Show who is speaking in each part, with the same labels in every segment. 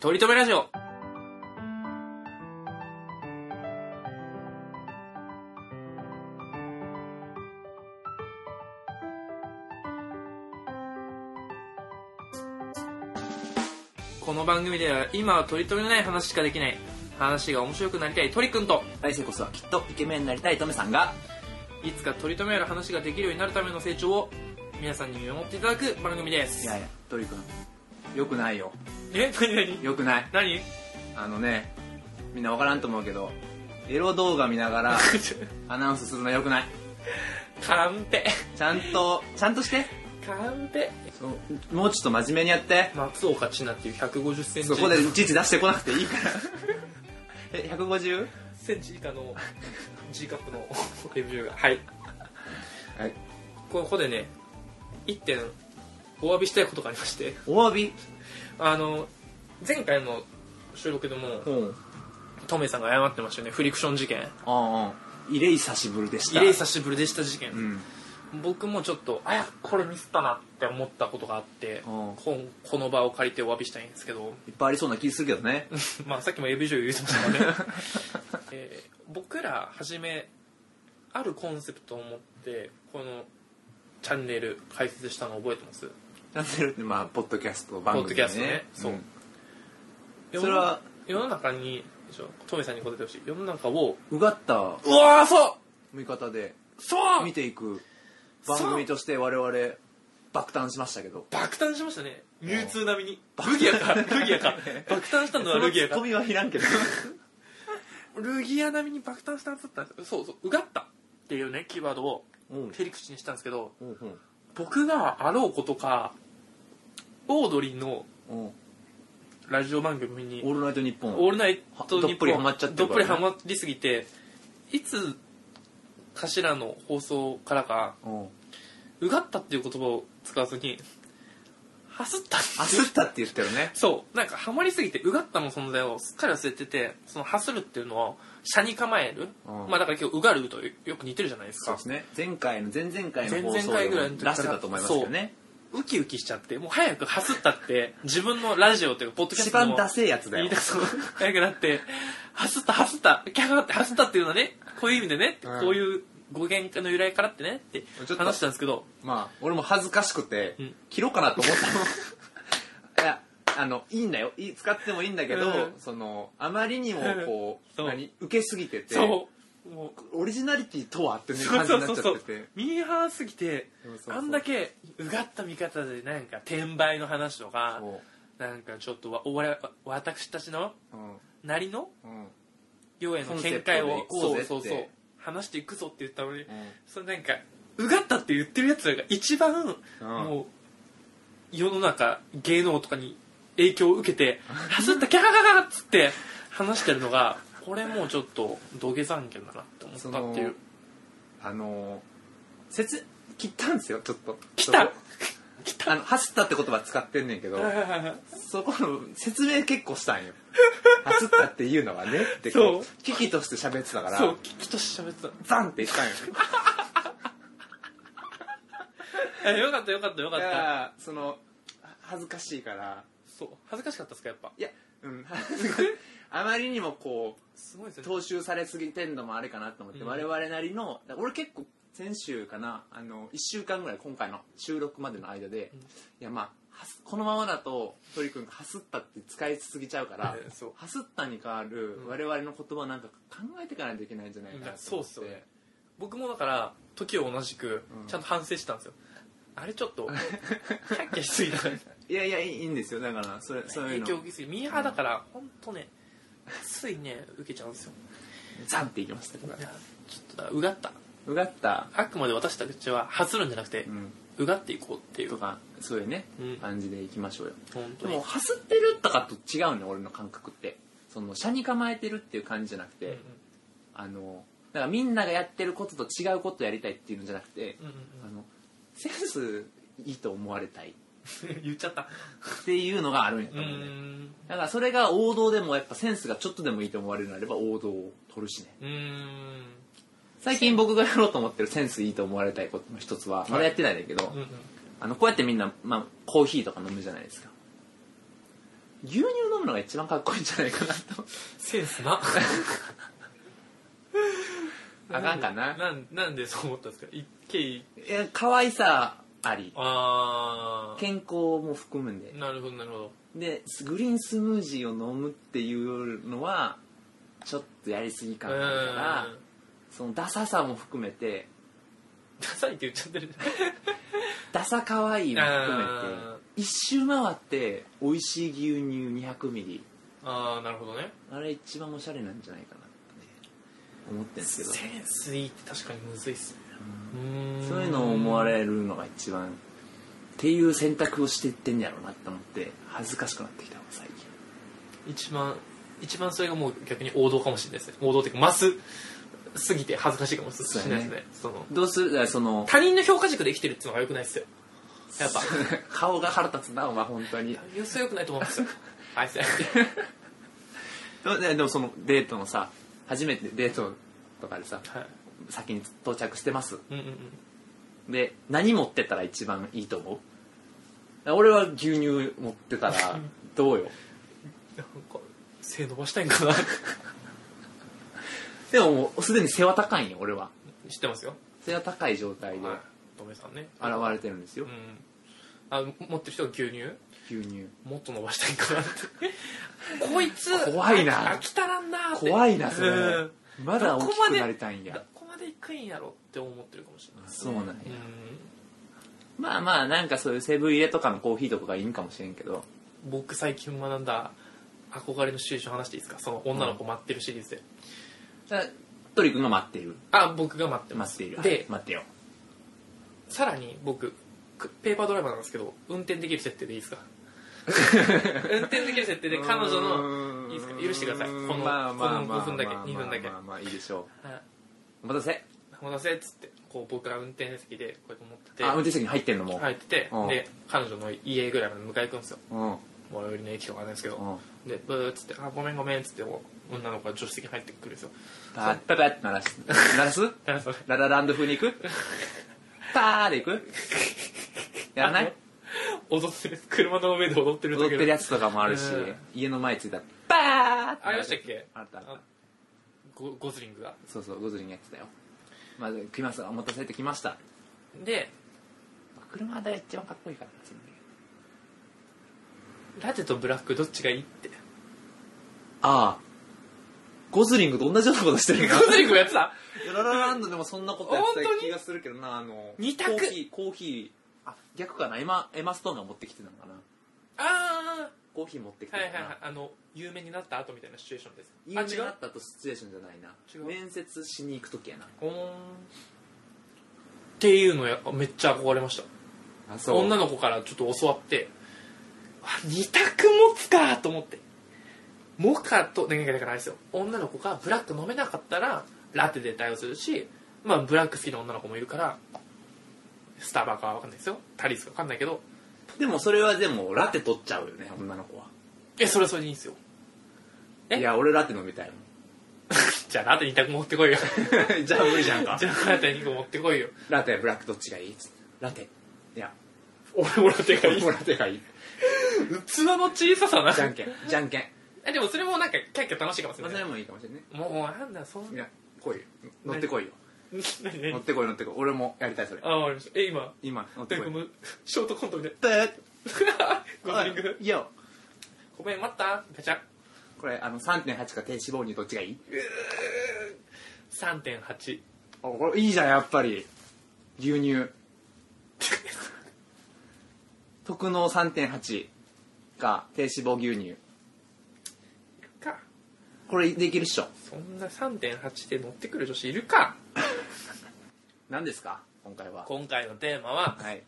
Speaker 1: とりとめラジオこの番組では今は取り留めのない話しかできない話が面白くなりたいトリくんと
Speaker 2: 来世こそはきっとイケメンになりたいトメさんが
Speaker 1: いつか取り留めある話ができるようになるための成長を皆さんに見守っていただく番組で
Speaker 2: い
Speaker 1: す
Speaker 2: やいやトリ君よくないよ
Speaker 1: え何何
Speaker 2: よくない
Speaker 1: 何
Speaker 2: あのねみんなわからんと思うけどエロ動画見ながらアナウンスするのよくない
Speaker 1: カンペ
Speaker 2: ちゃんとちゃんとして
Speaker 1: カンペ
Speaker 2: そうもうちょっと真面目にやって
Speaker 1: 松岡千奈っていう1 5 0センチ
Speaker 2: そこでいちいち出してこなくて いいからえ 150?
Speaker 1: センチ以下の G カップ のレビューがはい
Speaker 2: はい
Speaker 1: ここでね1点お詫びしたいことがありまして
Speaker 2: お詫び
Speaker 1: あの前回の収録でも
Speaker 2: うん
Speaker 1: トメさんが謝ってましたよねフリクション事件
Speaker 2: ああイレイ久しぶりでし
Speaker 1: 異
Speaker 2: た
Speaker 1: 例久しぶりでした事件、
Speaker 2: うん
Speaker 1: 僕もちょっとあやこれミスったなって思ったことがあって
Speaker 2: うん
Speaker 1: こんこの場を借りてお詫びしたいんですけど
Speaker 2: いっぱいありそうな気するけどね
Speaker 1: まあさっきも AV 女優言ってま したからね、えー僕らはじめあるコンセプトを持ってこのチャンネル開設したの覚えてます
Speaker 2: チャンネルってまあポッドキャスト番組
Speaker 1: ポッドキャストねそう
Speaker 2: それは
Speaker 1: 世の中にちょトメさんに答えてほしい世の中を
Speaker 2: うがった
Speaker 1: うわーそう
Speaker 2: 見方で
Speaker 1: そう
Speaker 2: 見ていく番組として我々爆誕しましたけど
Speaker 1: 爆誕しましたねミュウツー並みにルギアかルギア か爆誕したのはルギアか
Speaker 2: ミはいらんけど
Speaker 1: ルギア並みに爆誕したはずだったんですそうそううがったっていうねキーワードを
Speaker 2: うん
Speaker 1: 切り口にしたんですけど
Speaker 2: うんうん
Speaker 1: 僕があろうことかオードリーの
Speaker 2: うん
Speaker 1: ラジオ番組
Speaker 2: 「オー
Speaker 1: に
Speaker 2: ルナイトニッポン」
Speaker 1: オールナイトニッポン
Speaker 2: どっぷりハマっちゃって
Speaker 1: どっ
Speaker 2: るか
Speaker 1: ぷ
Speaker 2: ら
Speaker 1: り
Speaker 2: ね
Speaker 1: ハマりすぎていつかしらの放送からか
Speaker 2: うん
Speaker 1: うがったっていう言葉を使わずにはすった
Speaker 2: 「あすった」って言ってるね
Speaker 1: そうなんかハマりすぎてうがったの存在をすっかり忘れててそのはするっていうのを車に構える、
Speaker 2: うん
Speaker 1: まあだから今日うがるとよく似てるじゃないです
Speaker 2: そう
Speaker 1: か
Speaker 2: ですね前回の前々回の放
Speaker 1: 前
Speaker 2: 送
Speaker 1: 々回ぐらいの時
Speaker 2: 出してたと思いますけどね
Speaker 1: ウキウキしちゃってもう早くはすったって自分のラジオというかポッドキャ
Speaker 2: 一
Speaker 1: ストの
Speaker 2: 番ダセえやつだ
Speaker 1: 言い
Speaker 2: よ
Speaker 1: たくそう 早くなって「はすったはすったキャーってはすった」っていうのはねこういう意味でね、
Speaker 2: うん
Speaker 1: こういう語源化の由来からってねって
Speaker 2: ちょっと
Speaker 1: 話したんですけど
Speaker 2: まあ俺も恥ずかしくて
Speaker 1: うん
Speaker 2: 切ろうかなと思 ったのいやあのいいんだよいい使ってもいいんだけど、
Speaker 1: うん
Speaker 2: そのあまりにもこ
Speaker 1: うん
Speaker 2: う、
Speaker 1: そう
Speaker 2: 何受けすぎてて
Speaker 1: そうもう
Speaker 2: オリジナリティとはってね
Speaker 1: そう
Speaker 2: 感じ
Speaker 1: そ
Speaker 2: に
Speaker 1: う
Speaker 2: なっちゃ
Speaker 1: そ
Speaker 2: っ
Speaker 1: う
Speaker 2: てて
Speaker 1: そうミーハーすぎて
Speaker 2: そうそうそう
Speaker 1: あんだけうがった見方でなんか転売の話とか
Speaker 2: そう
Speaker 1: なんかちょっとわおわわ私たちの
Speaker 2: うん
Speaker 1: なりの
Speaker 2: うん
Speaker 1: 行への見解
Speaker 2: コン
Speaker 1: を
Speaker 2: セプトで行こうぜって
Speaker 1: そうそうそう話していくぞって言ったのに、そのなんかうがったって言ってるやつらが一番、
Speaker 2: うん
Speaker 1: もう世の中芸能とかに影響を受け て「はすったキャハハハ」っつって話してるのがこれもうちょっと土下座案件だなって思ったっていう
Speaker 2: あのー説切ったんですよちょっと
Speaker 1: 来た
Speaker 2: そこあの「はすった」って言葉使ってんねんけどそこの説明結構したんよ 「はすった」っていうのはねってこ
Speaker 1: そう
Speaker 2: 危機として喋ってたから
Speaker 1: そう聞きとし喋ってた
Speaker 2: ザンって言っ たんよ
Speaker 1: あよかったよかったよか
Speaker 2: だ
Speaker 1: っ
Speaker 2: か
Speaker 1: た
Speaker 2: らそのは恥ずかしいから
Speaker 1: そう恥ずかしかったですかやっぱ
Speaker 2: いやうんあまりにもこう
Speaker 1: すごいですね
Speaker 2: 踏襲されすぎてんのもあれかなと思って、
Speaker 1: うん
Speaker 2: 我々なりのだ俺結構先週かなあの1週間ぐらい今回の収録までの間で、
Speaker 1: うん
Speaker 2: いやまあはすこのままだと鳥くんが「はすった」って使いすぎちゃうから
Speaker 1: えーそう
Speaker 2: 「はすった」に代わる
Speaker 1: うん
Speaker 2: 我々の言葉なんか考えていかないといけないんじゃないかなと
Speaker 1: そうっ
Speaker 2: 思って
Speaker 1: すよね僕もだから時を同じく
Speaker 2: うん
Speaker 1: ちゃんと反省したんですよ、あれちょっとキャッキャしすぎたから
Speaker 2: いやいやいいいいんですよだからそれそう
Speaker 1: 影
Speaker 2: いう
Speaker 1: 響を
Speaker 2: の
Speaker 1: 受けすぎミーハーだから本当ねついね受けちゃうんですよ
Speaker 2: ザンっていきましたか
Speaker 1: い
Speaker 2: ら
Speaker 1: やちょっとだうがった
Speaker 2: うがった、
Speaker 1: あくまで私たちは外するんじゃなくて
Speaker 2: う、ん、
Speaker 1: うがっていこうっていう
Speaker 2: とかそういうね、
Speaker 1: うん
Speaker 2: 感じでいきましょうよ
Speaker 1: 本
Speaker 2: で
Speaker 1: 当に
Speaker 2: も、はすってるとかと違うね、俺の感覚って。その、車に構えてるっていう感じじゃなく
Speaker 1: う
Speaker 2: て、
Speaker 1: ん
Speaker 2: あの、だからみんながやってることと違うことやりたいっていうのじゃなくて、
Speaker 1: うん
Speaker 2: あの、センスいいと思われたいっ
Speaker 1: うんうん言っちゃった
Speaker 2: ていうのがあるんやと
Speaker 1: う
Speaker 2: 思うね。
Speaker 1: ん
Speaker 2: だからそれが王道でもやっぱセンスがちょっとでもいいと思われるなれば王道を取るしね。
Speaker 1: うん
Speaker 2: 最近僕がやろうと思ってるセンスいいと思われたいことの一つは、まだやってないんだけど、
Speaker 1: うんうん
Speaker 2: あの、こうやってみんな、まあ、コーヒーとか飲むじゃないですか。牛乳飲むのが一番かっこいいんじゃないかなと
Speaker 1: センスな
Speaker 2: あかんかな
Speaker 1: なんなんでそう思ったんですか一軒
Speaker 2: いや可愛さあり
Speaker 1: あ
Speaker 2: 健康も含むんで
Speaker 1: あなるほどなるほど
Speaker 2: でグリーンスムージーを飲むっていうのはちょっとやりすぎ感があるから
Speaker 1: うん
Speaker 2: そのダサさも含めて
Speaker 1: ダサいって言っちゃってる
Speaker 2: ダサ可愛いも含め
Speaker 1: あ
Speaker 2: て一周回って美味しい牛乳200ミリ
Speaker 1: ああなるほどね
Speaker 2: あれ一番おしゃれなんじゃないかなって思ってるんですけど
Speaker 1: センスいいって確かにむずいっすねうーん
Speaker 2: そういうのを思われるのが一番っていう選択をしていってんやろうなって思って恥ずかしくなってきたの最近
Speaker 1: 一番一番それがもう逆に王道かもしれないですね王道っていうかマスすぎて恥ずかしいかもしれないですねその
Speaker 2: どうするだからその
Speaker 1: 他人の評価軸で生きてるっていうのが良くないですよやっぱ
Speaker 2: 顔が腹立つなお前本当に
Speaker 1: 予想良くないと思うんです よあいつらって
Speaker 2: ででもそのデートのさ初めてデートとかでさ
Speaker 1: はい
Speaker 2: 先に到着してます
Speaker 1: うんうんうん
Speaker 2: で何持ってったら一番いいと思う俺は牛乳持って たらどうよ
Speaker 1: なんか背伸ばしたいんかな
Speaker 2: でももうすでに背は高いんよ俺は
Speaker 1: 知ってますよ
Speaker 2: 背は高い状態で
Speaker 1: はいドメさんね
Speaker 2: 現れてるんですよ
Speaker 1: うんあ持ってる人が牛乳
Speaker 2: 牛乳
Speaker 1: もっと伸ばしたいんかなって こいつ
Speaker 2: 怖いな
Speaker 1: 飽きたらんなーって
Speaker 2: 怖いなそれ
Speaker 1: うん
Speaker 2: まだ大きくなりたいん
Speaker 1: ど
Speaker 2: や
Speaker 1: こまで行くんやろって思ってるかもしれない
Speaker 2: そうなんや
Speaker 1: うん
Speaker 2: まあまあなんかそういうセブン入れとかのコーヒーとかがいいんかもしれんけど
Speaker 1: 僕最近学んだ憧れのシチュエーション話していいですかその女の子待ってるシリーズで、
Speaker 2: だからトリ君が待っている
Speaker 1: あ僕が待ってま
Speaker 2: 待っ
Speaker 1: す
Speaker 2: ているはい
Speaker 1: で
Speaker 2: 待ってよ
Speaker 1: さらに僕くペーパードライバーなんですけど運転できる設定でいい ですか運転できる設定で彼女の
Speaker 2: の
Speaker 1: いいですか許してくださいこのこの5分だけ2分だけ
Speaker 2: まあまあいいでしょ
Speaker 1: はいう
Speaker 2: お待たせ
Speaker 1: 「お待たせ」っつってこう僕が運転席でこうやって持ってて
Speaker 2: あ運転席に入ってんのもう
Speaker 1: 入ってて
Speaker 2: うん
Speaker 1: で彼女の家ぐらいまで迎え行くんですよ
Speaker 2: うんうん
Speaker 1: 最寄りの駅とかなんですけどでブーっつって「あごめんごめん」っつってこう女の子が助手席に入ってくるんですよ
Speaker 2: パッパッパッって鳴 らす鳴らす
Speaker 1: 何それ
Speaker 2: ララランド風に行くパーで行くやらない
Speaker 1: 踊ってる車の上で踊ってる
Speaker 2: 踊ってるや
Speaker 1: つ
Speaker 2: つとかもあるし
Speaker 1: うん
Speaker 2: 家の前着いたらパーって
Speaker 1: ありましたっけ
Speaker 2: あったあった
Speaker 1: ゴゴズリングが
Speaker 2: そうそうゴズリングやってたよまず来ますお待たせてきました
Speaker 1: で
Speaker 2: 車で一番かっこいいから別に
Speaker 1: ラテとブラックどっちがいいって
Speaker 2: ああゴズリングと同じようなことしてるな
Speaker 1: ゴズリングもやってた
Speaker 2: ララランドでもそんなことやっ
Speaker 1: 本
Speaker 2: て
Speaker 1: 当
Speaker 2: た
Speaker 1: に
Speaker 2: 気がするけどなあの
Speaker 1: 二択
Speaker 2: コーヒーコーヒーあ逆かなエマエマストーンが持ってきてたのかな
Speaker 1: あ
Speaker 2: コーヒー持ってき
Speaker 1: あ
Speaker 2: て
Speaker 1: はいは
Speaker 2: た
Speaker 1: い
Speaker 2: か
Speaker 1: は
Speaker 2: な、
Speaker 1: いあの有名になった後みたいなシチュエーションです
Speaker 2: 有名だ
Speaker 1: あ
Speaker 2: ったとシチュエーションじゃないな
Speaker 1: 違う
Speaker 2: 面接しに行く時やな
Speaker 1: 違うおーんっていうのやめっちゃ憧れました
Speaker 2: あ
Speaker 1: 女の子からちょっと教わってあ二択持つかと思ってモカとねだからあれですよ女の子がブラック飲めなかったらラテで対応するしまあブラック好きな女の子もいるからスターバーかは分かんないですよタリーズか分かんないけど
Speaker 2: でもそれはでもラテ取っちゃうよね女の子は
Speaker 1: えそれはそれでいいんですよえ
Speaker 2: いや俺ラテ飲みたいも
Speaker 1: じゃあラテ2択持ってこいよ
Speaker 2: ん じゃあ無理じゃんか
Speaker 1: じゃあラテ2個持ってこいよ
Speaker 2: ラテブラックどっちがいいつってラテいや
Speaker 1: 俺もラテがいい
Speaker 2: もうラ テがいい
Speaker 1: 器の小ささな
Speaker 2: じゃんけんじゃんけん
Speaker 1: えでもそれもなんかキャッキャ楽しいかもしれ
Speaker 2: まあ
Speaker 1: ない
Speaker 2: それもいいかもしれないね
Speaker 1: もうなんだそん
Speaker 2: い
Speaker 1: な
Speaker 2: や来いよ乗ってこいよ
Speaker 1: 何
Speaker 2: 乗っ
Speaker 1: 何
Speaker 2: てこい乗ってこい俺もやりたいそれ
Speaker 1: あわかりましたえ今
Speaker 2: 今乗って
Speaker 1: なん
Speaker 2: こい
Speaker 1: かもうショートコントみ たい
Speaker 2: ブ
Speaker 1: ゴ
Speaker 2: ー
Speaker 1: ーリング
Speaker 2: おいよ
Speaker 1: ごめん待ったガチャ
Speaker 2: これあの3.8か低脂肪乳どっちがいい
Speaker 1: 3.8
Speaker 2: あこれいいじゃんやっぱり牛乳 特濃3.8か低脂肪牛乳
Speaker 1: か
Speaker 2: これできるっしょ
Speaker 1: そんな3.8で乗ってくる女子いるか
Speaker 2: 何ですか今回は
Speaker 1: 今回のテーマは
Speaker 2: はい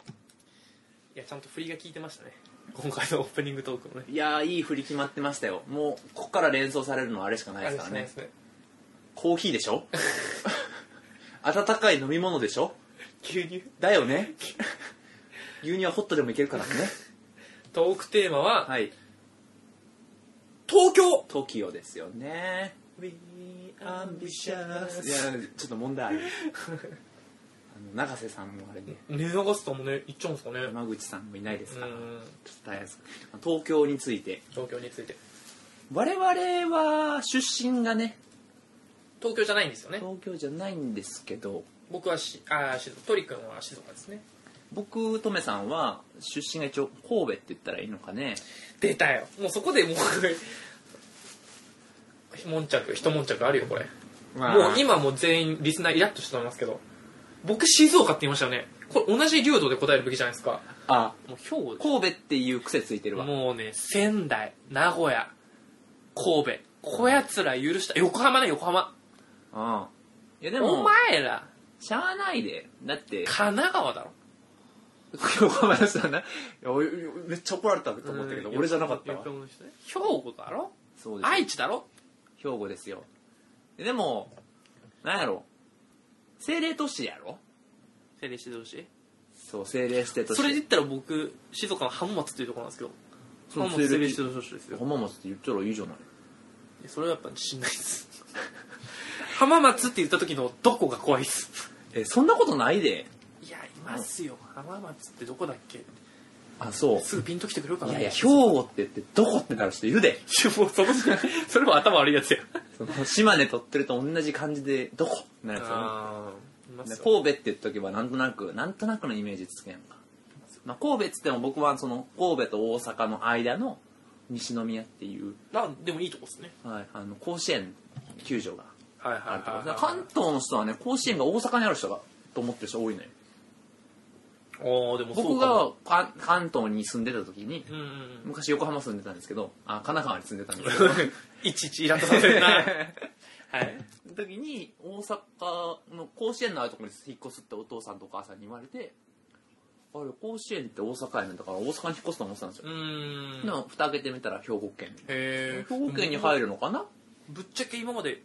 Speaker 1: いやちゃんと振りが効いてましたね今回のオープニングトークもね
Speaker 2: いやーいい振り決まってましたよもうここから連想されるのはあれしかないですから
Speaker 1: あれ
Speaker 2: ね
Speaker 1: ですね
Speaker 2: コーヒーでしょ 温かい飲み物でしょ
Speaker 1: 牛乳
Speaker 2: だよ ね牛乳はホットでもいけるからね
Speaker 1: トークテーマは、
Speaker 2: はい
Speaker 1: 東京
Speaker 2: TOKIO ですよね
Speaker 1: We
Speaker 2: いや
Speaker 1: ambitious
Speaker 2: ちょっと問題あるの永瀬さんもあれで
Speaker 1: 寝流すともね行っちゃうんですかね
Speaker 2: 山口さんもいないです
Speaker 1: う
Speaker 2: から、ちょっ
Speaker 1: ん
Speaker 2: と大変です東京について
Speaker 1: 東京について
Speaker 2: 我々は出身がね
Speaker 1: 東京じゃないんですよね
Speaker 2: 東京じゃないんですけど
Speaker 1: 僕はしあー静トリ君は静岡ですね
Speaker 2: 僕とめさんは出身が一応神戸って言ったらいいのかね
Speaker 1: 出たよもうそこでもう一悶着一悶着あるよこれもう今もう全員リスナーイラッとしてますけど僕静岡って言いましたよねこれ同じ流度で答えるべきじゃないですか
Speaker 2: あ
Speaker 1: もう兵庫で
Speaker 2: 神戸っていう癖ついてるわ
Speaker 1: もうね仙台名古屋神戸こやつら許した横浜ね横浜
Speaker 2: うんいやで
Speaker 1: お
Speaker 2: も
Speaker 1: 前ら
Speaker 2: しゃあないでだって
Speaker 1: 神奈川だろ
Speaker 2: 横浜の人はないやおいめっちゃ怒られたと思ったけど俺じゃなかったわ
Speaker 1: 横浜の人ね兵庫だろ
Speaker 2: そうです
Speaker 1: 愛知だろ
Speaker 2: 兵庫ですよででもなんやろ政令都市やろ
Speaker 1: 宣伝してほしい
Speaker 2: そう政令指定都市
Speaker 1: それで言ったら僕静岡の浜松っていうところなんですけど
Speaker 2: そう
Speaker 1: 浜松政令指
Speaker 2: 政
Speaker 1: 定都市ですよ
Speaker 2: 浜松って言ったらいいじゃない
Speaker 1: それはやっぱしんないです 浜松って言った時のどこが怖いです
Speaker 2: えそんなことないで
Speaker 1: いやいますよ浜松ってどこだっけ
Speaker 2: あそう
Speaker 1: すぐピンときてくれるか
Speaker 2: い
Speaker 1: ない
Speaker 2: やいや兵庫って言ってどこってなる人いるで
Speaker 1: もうそこしかないそれも頭悪いやつや
Speaker 2: その島根取ってると同じ感じでどこってなるやつよね
Speaker 1: あーいます
Speaker 2: で
Speaker 1: よ
Speaker 2: 神戸って言っとけばなんとなくなんとなくのイメージつけんか、まあ、神戸っつっても僕はその神戸と大阪の間の西宮っていう、
Speaker 1: なんでもいいとこですね
Speaker 2: はい、あの甲子園球場が
Speaker 1: はいはい
Speaker 2: あるとこ
Speaker 1: はい、
Speaker 2: だから関東の人はね甲子園が大阪にある人がと思ってる人多いのよ
Speaker 1: おーでもそ
Speaker 2: 僕
Speaker 1: うかも
Speaker 2: が関関東に住んでた時に
Speaker 1: うんうん
Speaker 2: 昔横浜住んでたんですけどあ神奈川に住んでたんですけど
Speaker 1: うん いちいちイラッとさせるなはい
Speaker 2: 時に大阪の甲子園のあるところに引っ越すってお父さんとお母さんに言われてあれ甲子園って大阪やねんだから大阪に引っ越すと思ってたんですよ
Speaker 1: う、 ーん
Speaker 2: でも蓋開けてみたら兵庫県
Speaker 1: へ
Speaker 2: 兵
Speaker 1: え
Speaker 2: 庫県に入るのかな
Speaker 1: ぶっちゃけ今まで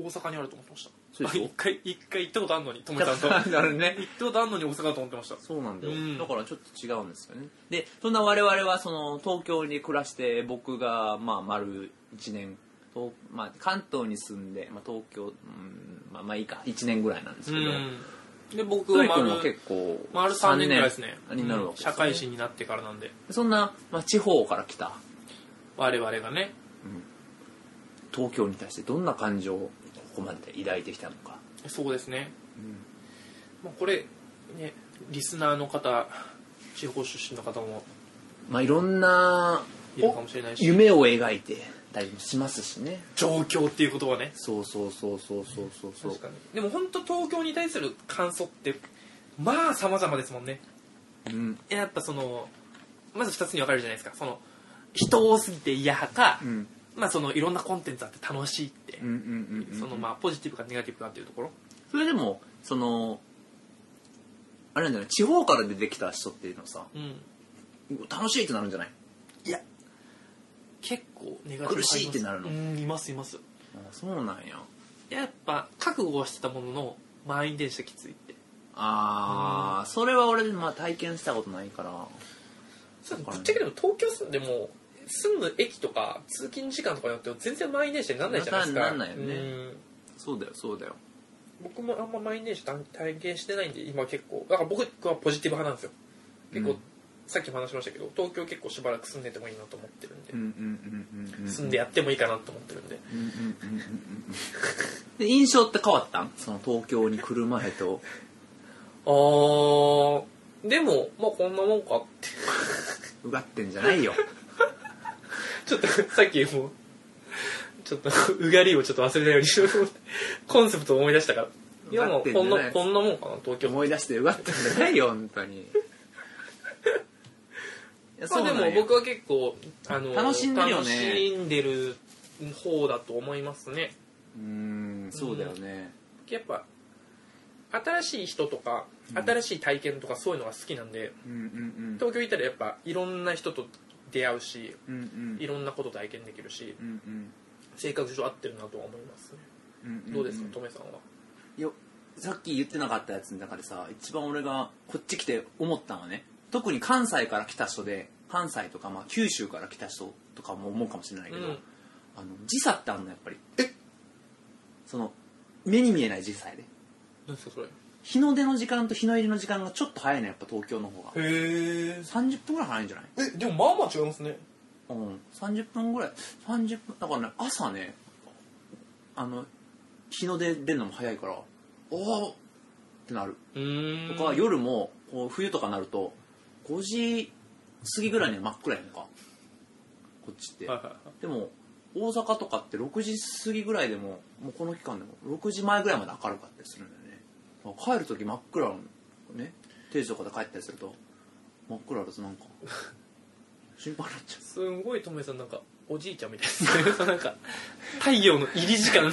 Speaker 1: 大阪にあると思ってました
Speaker 2: そうでしょ
Speaker 1: あ一回一回行ったことあるのに友達さんと
Speaker 2: なるね
Speaker 1: 行ったことあるのに大阪だと思ってました
Speaker 2: そうなんだよ、
Speaker 1: うん
Speaker 2: だからちょっと違うんですよねでそんな我々はその東京に暮らして僕がまあ丸1年と、まあ、関東に住んで、まあ、東京、うんまあ、まあいいか1年ぐらいなんですけど、
Speaker 1: うんで僕
Speaker 2: ト
Speaker 1: は
Speaker 2: イ君も
Speaker 1: 丸
Speaker 2: 結構
Speaker 1: 丸3年ぐらいですね
Speaker 2: 三年になるわ
Speaker 1: うん
Speaker 2: けです、ね
Speaker 1: 社会人になってからなんで
Speaker 2: そんな、まあ、地方から来た
Speaker 1: 我々がね
Speaker 2: 東京に対してどんな感情をここまで抱いてきたのか、
Speaker 1: そうですねまあこれねリスナーの方地方出身の方も
Speaker 2: まあいろんない
Speaker 1: るかもしれないし
Speaker 2: 夢を描いてたりもしますしね
Speaker 1: 状況っていう言葉ね
Speaker 2: そうそうそうそうそうそうそう
Speaker 1: 確かにでも本当東京に対する感想ってまあ様々ですもんね
Speaker 2: うん
Speaker 1: やっぱそのまず2つに分かれるじゃないですかその人多すぎて嫌派か、
Speaker 2: うん
Speaker 1: まあそのいろんなコンテンツあって楽しいって、
Speaker 2: うんうんうん
Speaker 1: そのまあポジティブかネガティブかっていうところ
Speaker 2: それでもそのあれなんじゃない地方から出てきた人っていうのはさ
Speaker 1: うん
Speaker 2: 楽しいってなるんじゃない
Speaker 1: いや結構ネガティブ
Speaker 2: 苦しいってなるの
Speaker 1: うんいますいます
Speaker 2: あそうなんや
Speaker 1: やっぱ覚悟はしてたものの満員電車きついって
Speaker 2: ああそれは俺まあ体験したことないから
Speaker 1: そう
Speaker 2: だから
Speaker 1: ぶっ
Speaker 2: ね
Speaker 1: ちゃけでも東京住んでも住む駅とか通勤時間とかによっては全然満員電車にならないじゃないですか
Speaker 2: なんなんないよね
Speaker 1: うん
Speaker 2: そうだよそうだよ
Speaker 1: 僕もあんまマイネージ体験してないんで今結構だから僕はポジティブ派なんですよ結構、
Speaker 2: うん
Speaker 1: さっきも話しましたけど東京結構しばらく住んでてもいいなと思ってるんで、
Speaker 2: うんうんうんうんうん
Speaker 1: 住んでやってもいいかなと思ってるんで
Speaker 2: うんうんうんうんうんで印象って変わったんその東京に来る前と
Speaker 1: あーでもまあこんなもんかって
Speaker 2: うがってんじゃないよ
Speaker 1: ちょっとさっきもうちょっとうがりをち ょっと忘れないようにしようと思ってコンセプトを思い出したからいやもうこん
Speaker 2: うが
Speaker 1: な
Speaker 2: ってんじゃない
Speaker 1: こんなもんかな東京
Speaker 2: 思い出してうがってんじゃないよ本 当にいや
Speaker 1: まあで
Speaker 2: なん
Speaker 1: も
Speaker 2: や
Speaker 1: 僕は結構あの
Speaker 2: 楽しんでるよね
Speaker 1: 楽しんでる方だと思いますね
Speaker 2: うーんそうだよね、
Speaker 1: やっぱ新しい人とか
Speaker 2: うん
Speaker 1: 新しい体験とかそういうのが好きなんで、
Speaker 2: うん、うんうん
Speaker 1: 東京行ったらやっぱいろんな人と出会うし
Speaker 2: うんうん
Speaker 1: いろんなこと体験できるし
Speaker 2: うんうん
Speaker 1: 性格上合ってるなとは思いますね、
Speaker 2: うんん
Speaker 1: どうですかとめさんは、
Speaker 2: よさっき言ってなかったやつの中でさ一番俺がこっち来て思ったのはね特に関西から来た人で関西とか、まあ、九州から来た人とかも思うかもしれないうけ
Speaker 1: ん
Speaker 2: ど、あの時差ってあんのやっぱりえその目に見えない時差やで
Speaker 1: 何ですかそれ
Speaker 2: 日の出の時間と日の入りの時間がちょっと早いねやっぱ東京の方が
Speaker 1: へえ
Speaker 2: 30分ぐらい早いんじゃない
Speaker 1: えでもまあまあ違いますね
Speaker 2: うん30分ぐらい30分だからね朝ねあの日の出出るのも早いからおおってなる
Speaker 1: うーん
Speaker 2: とか、夜もこう冬とかなると5時過ぎぐらいには真っ暗やんかこっちって、
Speaker 1: はいはいはい
Speaker 2: でも大阪とかって6時過ぎぐらいでももうこの期間でも6時前ぐらいまで明るかったりするんだよねだから帰る時真っ暗なのね定時とかで帰ったりすると真っ暗だとなん か心配になっちゃう
Speaker 1: すんごいトメさんなんかおじいちゃんみたいですね なんか太陽の入り時間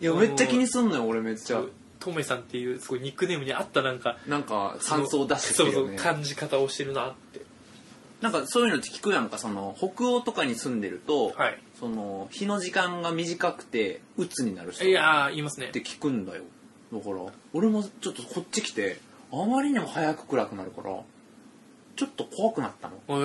Speaker 2: いやめっちゃ気にすんのよ俺めっちゃ
Speaker 1: トメさんっていうすごいニックネームに合ったなんか
Speaker 2: なんか感想出して
Speaker 1: そう
Speaker 2: る
Speaker 1: そ
Speaker 2: よ
Speaker 1: う
Speaker 2: ね
Speaker 1: 感じ方をしてるなって
Speaker 2: なんかそういうのって聞くやんかその北欧とかに住んでると、
Speaker 1: はい
Speaker 2: その日の時間が短くて鬱になる人
Speaker 1: いやー言いますね
Speaker 2: って聞くんだよだから俺もちょっとこっち来てあまりにも早く暗くなるからちょっと怖くなったの、
Speaker 1: へ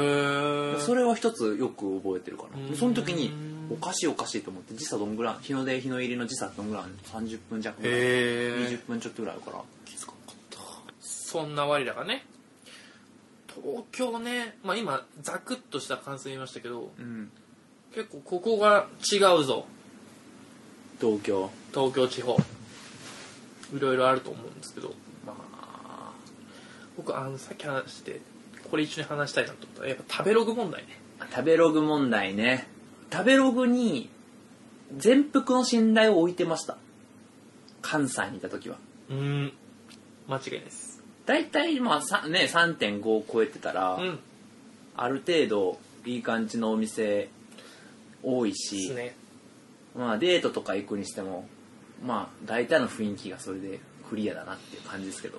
Speaker 1: ー
Speaker 2: それは一つよく覚えてるか
Speaker 1: う
Speaker 2: なんその時におかしいおかしいと思って時差どんぐらい日の出日の入りの時差どんぐらいあんの30分弱ぐらい
Speaker 1: へー
Speaker 2: 20分ちょっとぐらいあるから
Speaker 1: 気づかなかったそんな我らがね東京ね、まあ、今ザクッとした感想言いましたけど
Speaker 2: うん
Speaker 1: 結構ここが違うぞ
Speaker 2: 東京
Speaker 1: 東京地方いろいろあると思うんですけどまあ僕あのさっき話してこれ一緒に話したいなと思ったらやっぱ食べログ問題ね
Speaker 2: 食べログ問題ね食べログに全幅の信頼を置いてました関西にいた時は
Speaker 1: うん間違いないです
Speaker 2: 大体まあさね3.5を超えてたら、
Speaker 1: うん
Speaker 2: ある程度いい感じのお店多い
Speaker 1: で
Speaker 2: し、
Speaker 1: すね
Speaker 2: まあデートとか行くにしてもまあ大体の雰囲気がそれでクリアだなっていう感じですけど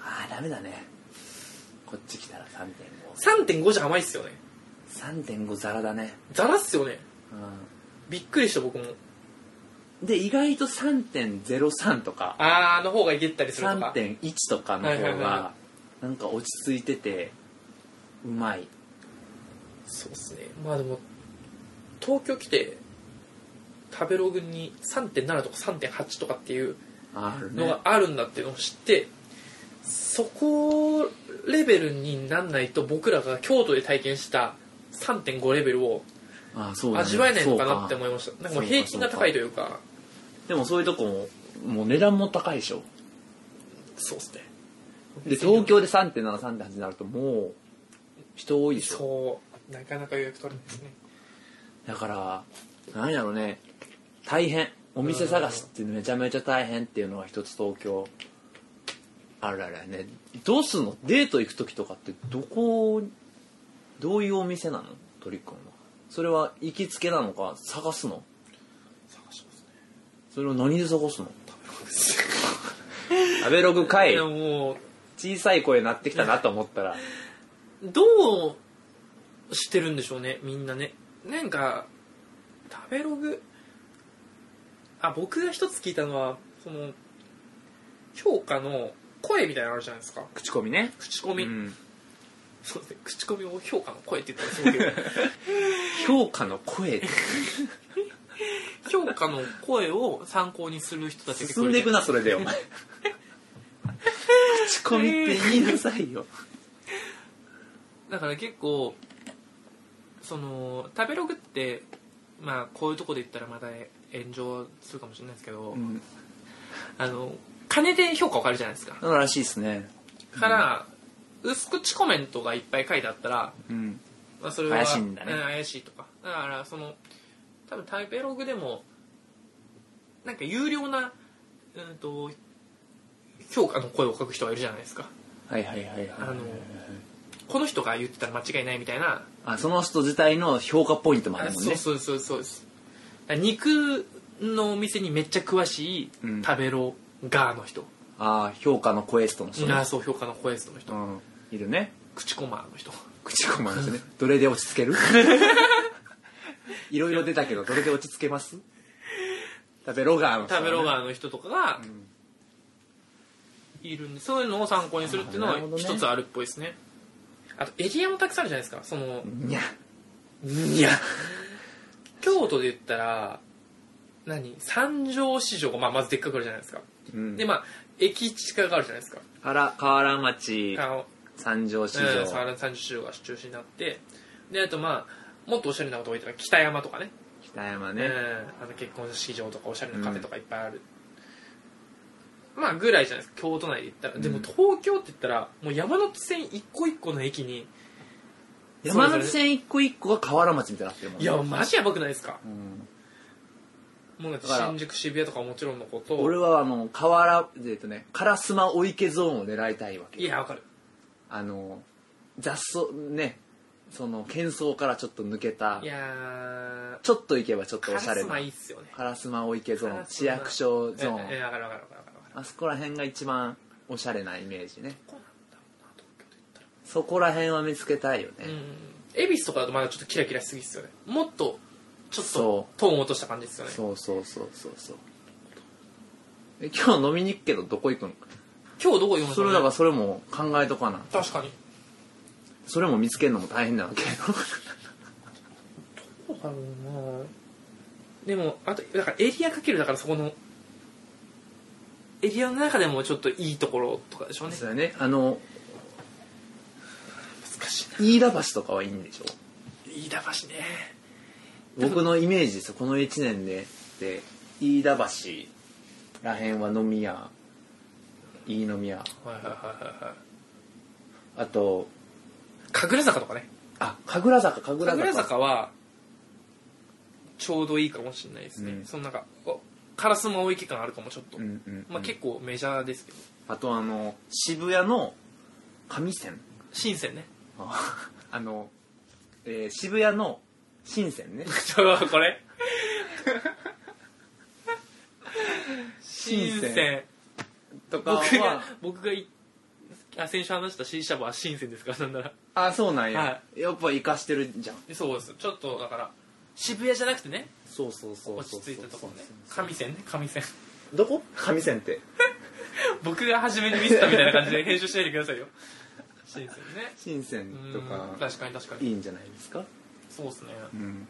Speaker 2: ああダメだねこっち来たら3.5
Speaker 1: 3.5じゃ甘いっすよね
Speaker 2: 3.5ザラだね、
Speaker 1: ザラっすよね
Speaker 2: う
Speaker 1: びっくりした僕も
Speaker 2: ん、で意外と3.03とか
Speaker 1: あーの方がいけたりするとか
Speaker 2: 3.1とかの方
Speaker 1: はいはい
Speaker 2: が
Speaker 1: は
Speaker 2: なんか落ち着いててうまい
Speaker 1: そうですねまあでも東京来て食べログに3.7とか3.8とかっていう
Speaker 2: ある
Speaker 1: の
Speaker 2: ね
Speaker 1: があるんだっていうのを知って、そこレベルになんないと僕らが京都で体験した3.5レベルを
Speaker 2: あそうだね
Speaker 1: 味わえないのか
Speaker 2: そう
Speaker 1: なって思いました、なんかもう平均が高いというか
Speaker 2: でもそういうとこももう値段も高いでしょ
Speaker 1: そうですね
Speaker 2: で東京で3.73.8になるともう人多いでしょ
Speaker 1: そうなかなか予約取れないですね
Speaker 2: だから何やろうね大変お店探しってめちゃめちゃ大変っていうのが一つ東京あるあるやねどうすんのデート行く時とかってどこどういうお店なのトリックンはそれは行きつけなのか探すの
Speaker 1: 探しますね
Speaker 2: それを何で探すの食べログか
Speaker 1: い
Speaker 2: い
Speaker 1: やもう
Speaker 2: 小さい声鳴ってきたなと思ったら
Speaker 1: どうしてるんでしょうねみんなねなんか食べログあ僕が一つ聞いたのはその評価の声みたいなのあるじゃないですか
Speaker 2: 口コミね
Speaker 1: 口コミ、
Speaker 2: うん
Speaker 1: そうですね口コミを評価の声って言ったんですけ
Speaker 2: 評価の声って
Speaker 1: ど評価の声を参考にする人たちが結構
Speaker 2: 進んでいく
Speaker 1: る
Speaker 2: なそれでお前口コミって言いなさいよ
Speaker 1: だから結構その食べログってまあこういうとこで言ったらまた炎上するかもしれないですけど、
Speaker 2: うん
Speaker 1: あの金で評価分かるじゃないですか
Speaker 2: なのらしいですね
Speaker 1: から、薄口コメントがいっぱい書いてあったら、
Speaker 2: うん
Speaker 1: まあ、それは
Speaker 2: 怪しいんだね
Speaker 1: う怪しいとかだからその多分タイペログでもなんか有料な、うん、と評価の声を書く人がいるじゃないですか
Speaker 2: はいはいはいはい
Speaker 1: あのこの人が言ってたら間違いないみたいな、
Speaker 2: あその人自体の評価ポイントもあるもん
Speaker 1: そう
Speaker 2: ね
Speaker 1: そうそうそうですだから肉のお店にめっちゃ詳しい
Speaker 2: うん
Speaker 1: 食べロガーの人、
Speaker 2: ああ評価のクエストの人ね
Speaker 1: ああそう評価の声の人、
Speaker 2: うんいるね
Speaker 1: 口コマの人
Speaker 2: 口コミです ねどれで落ち着けるいろいろ出たけどどれで落ち着けます食べロガーの人ね
Speaker 1: 食べロガーの人とかがいるんで、そういうのを参考にするっていうの
Speaker 2: あなるほ
Speaker 1: は
Speaker 2: どね
Speaker 1: 一つあるっぽいですねあとエリアもたくさんあるじゃないですかその
Speaker 2: にゃ
Speaker 1: いや京都で言ったら何三条市場が、まあ、まずでっかくあるじゃないですか、
Speaker 2: うん
Speaker 1: でまあ駅近があるじゃないですか
Speaker 2: 原河原町
Speaker 1: あの
Speaker 2: 三条市
Speaker 1: うん
Speaker 2: 場
Speaker 1: 三条市場が中心になってであとまあもっとおしゃれなこと多いとか北山とかね
Speaker 2: 北山
Speaker 1: うん
Speaker 2: ね
Speaker 1: あの結婚式場とかおしゃれなカフェとかいっぱいある、まあぐらいじゃないですか京都内で言ったら、でも
Speaker 2: うん
Speaker 1: 東京って言ったらもう山手線一個一個の駅に
Speaker 2: 山
Speaker 1: それ
Speaker 2: 手
Speaker 1: ぞれ
Speaker 2: 線一個一個が河原町みたいになってるもん
Speaker 1: い
Speaker 2: ね
Speaker 1: やマジやばくないですか
Speaker 2: うん
Speaker 1: もうだって
Speaker 2: だから
Speaker 1: 新宿渋谷とかはもちろんのこと
Speaker 2: 俺はあの河原えっとね烏丸お池ゾーンを狙いたいわけ
Speaker 1: いやわかる
Speaker 2: あの雑草ねその喧騒からちょっと抜けた
Speaker 1: いや
Speaker 2: ちょっと行けばちょっ
Speaker 1: ー
Speaker 2: とおしゃれ
Speaker 1: 烏
Speaker 2: な
Speaker 1: 丸いいっすよね
Speaker 2: 烏丸お池ゾー
Speaker 1: 烏
Speaker 2: ン
Speaker 1: 丸
Speaker 2: 市役所ゾーン
Speaker 1: ええわかるわかるわかるわかるわかる
Speaker 2: あそこら辺が一番おしゃれなイメージね
Speaker 1: こうなんだろうな東京で言ったら
Speaker 2: そこら辺は見つけたいよね、
Speaker 1: うん恵比寿とかだとまだちょっとキラキラしすぎっすよねもっとちょっと
Speaker 2: そ
Speaker 1: トーン落とした感じですよね
Speaker 2: そうそうそうそうそうえ今日飲みに行くけどどこ行くの
Speaker 1: 今日どこ読む
Speaker 2: それだからそれも考えとかな
Speaker 1: 確かに
Speaker 2: それも見つけるのも大変なわけよ
Speaker 1: そうだろうなでもあとだからエリアかけるだからそこのエリアの中でもちょっといいところとかでしょうね
Speaker 2: そうだねあの
Speaker 1: 難しいな
Speaker 2: 飯田橋とかはいいんでしょ
Speaker 1: 飯田橋ね
Speaker 2: 僕のイメージですよこの1年でで飯田橋らへんは飲み屋いい飲み屋
Speaker 1: はいはいはいはいはい
Speaker 2: あと
Speaker 1: 神楽坂とかね
Speaker 2: あ神楽坂神楽
Speaker 1: 神
Speaker 2: 坂
Speaker 1: 楽坂はちょうどいいかもしれないですね、
Speaker 2: うん
Speaker 1: そのなんかおカラスマ大池感あるかもちょっと、
Speaker 2: うんうん、うん
Speaker 1: まあ、結構メジャーですけど
Speaker 2: あとあの渋谷の上線
Speaker 1: 新鮮ね
Speaker 2: あ あの、えー渋谷の深 センね
Speaker 1: ちょっとこれ新
Speaker 2: 新鮮
Speaker 1: 鮮
Speaker 2: とか
Speaker 1: 僕が
Speaker 2: は
Speaker 1: 僕がいあ先週話した新車部は新鮮ですからなんなら
Speaker 2: あそうなんや、
Speaker 1: は
Speaker 2: やっぱ生かしてるじゃん
Speaker 1: でそうですちょっとだから渋谷じゃなくてね
Speaker 2: そうそうそ
Speaker 1: 落ち着いたところね神線ね神線
Speaker 2: どこ上線って
Speaker 1: 僕が初めに見せたみたいな感じで編集しないでくださいよ新鮮ね
Speaker 2: 深セン
Speaker 1: うん
Speaker 2: とか
Speaker 1: 確かに確か
Speaker 2: い
Speaker 1: に
Speaker 2: いんじゃないですか
Speaker 1: そうですね
Speaker 2: うん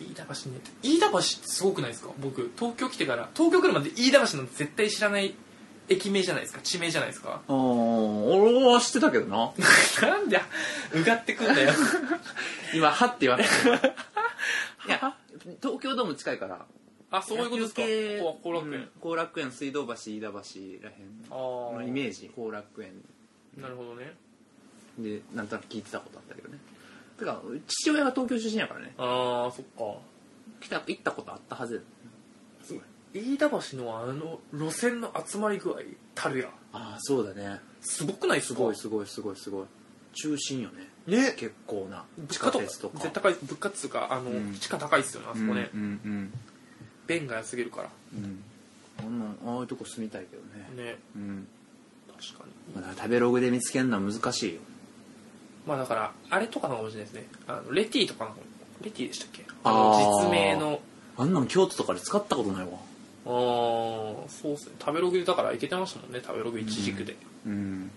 Speaker 1: 飯田橋ね飯田橋ってすごくないですか僕東京来てから東京来るまで飯田橋なんて絶対知らない駅名じゃないですか地名じゃないですか
Speaker 2: ああ俺は知ってたけどな
Speaker 1: なんでうがってくんだよ
Speaker 2: 今はって言われた いや東京ドーム近いから
Speaker 1: あそういうことですか
Speaker 2: 野球系
Speaker 1: ここは後楽園、
Speaker 2: うん後楽園水道橋飯田橋らへん
Speaker 1: あ
Speaker 2: の
Speaker 1: ー
Speaker 2: イメージ後楽園
Speaker 1: なるほどね
Speaker 2: でなんとなく聞いてたことあったけどねてか父親が東京出身やからね
Speaker 1: ああそっか
Speaker 2: 来た行ったことあったはず
Speaker 1: 飯田橋のあの路線の集まり具合たるや
Speaker 2: ああそうだね
Speaker 1: すごくないです
Speaker 2: す
Speaker 1: か
Speaker 2: ごいすごいすごいすごい中心よね
Speaker 1: ね
Speaker 2: 結構な
Speaker 1: 物
Speaker 2: 地
Speaker 1: 価
Speaker 2: 下
Speaker 1: とか
Speaker 2: 鉄とか
Speaker 1: 絶対高い物価っつうかあの、
Speaker 2: うん
Speaker 1: 地価高いっすよねあそこね、
Speaker 2: うんうん
Speaker 1: 便が良すぎるから
Speaker 2: うんうんあんなんああいうとこ住みたいけどね
Speaker 1: ね
Speaker 2: うん
Speaker 1: 確かに
Speaker 2: まだ食べログで見つけるのは難しいよ
Speaker 1: まあだからあれとかのかもしれないですねあのレティとかのレティでしたっけあ
Speaker 2: あー
Speaker 1: の実名の
Speaker 2: あんなん京都とかで使ったことないわ
Speaker 1: あーそうっすね食べログでだからいけてましたもんね食べログ一軸で、
Speaker 2: うん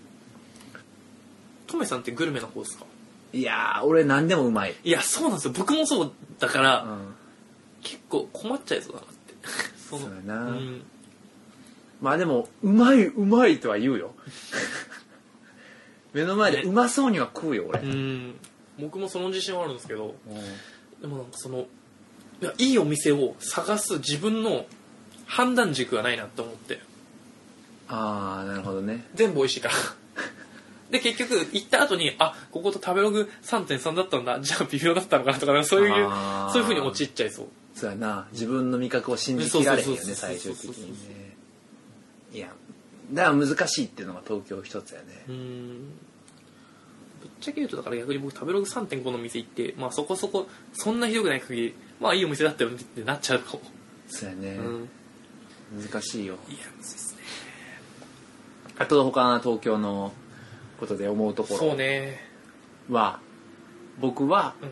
Speaker 1: トメさんってグルメの方ですか
Speaker 2: いやー俺何でもうまい
Speaker 1: いやそうなんですよ僕もそうだから、
Speaker 2: うん
Speaker 1: 結構困っちゃいそうだなって その
Speaker 2: そうやな
Speaker 1: うん
Speaker 2: まあでもうまいうまいとは言うよ 目の前でうまそうには食うよ俺
Speaker 1: うん僕もその自信はあるんですけど
Speaker 2: うん
Speaker 1: でもなんかそのいやいいお店を探す自分の判断軸がないなと思って
Speaker 2: ああなるほどね
Speaker 1: 全部美味しいから で結局行った後にあここと食べログ3.3だったんだじゃあ微妙だったのかなとかなんかそういう
Speaker 2: あー
Speaker 1: そういうふうに陥っちゃいそう
Speaker 2: そうやな自分の味覚を信じきられへんよ
Speaker 1: そうそうそう
Speaker 2: ね
Speaker 1: そう
Speaker 2: 最終的にねいやだから難しいっていうのが東京一つやね
Speaker 1: うーんぶっちゃけ言うとだから逆に僕食べログ3.5の店行ってまあそこそこそんなひどくない限りまあいいお店だったよねってなっちゃうかも、
Speaker 2: そうやね、
Speaker 1: うん
Speaker 2: 難しいよ
Speaker 1: いやむずいっすね
Speaker 2: あと他の東京のことで思うとこ
Speaker 1: そう
Speaker 2: ろ
Speaker 1: ね
Speaker 2: は、僕は
Speaker 1: うん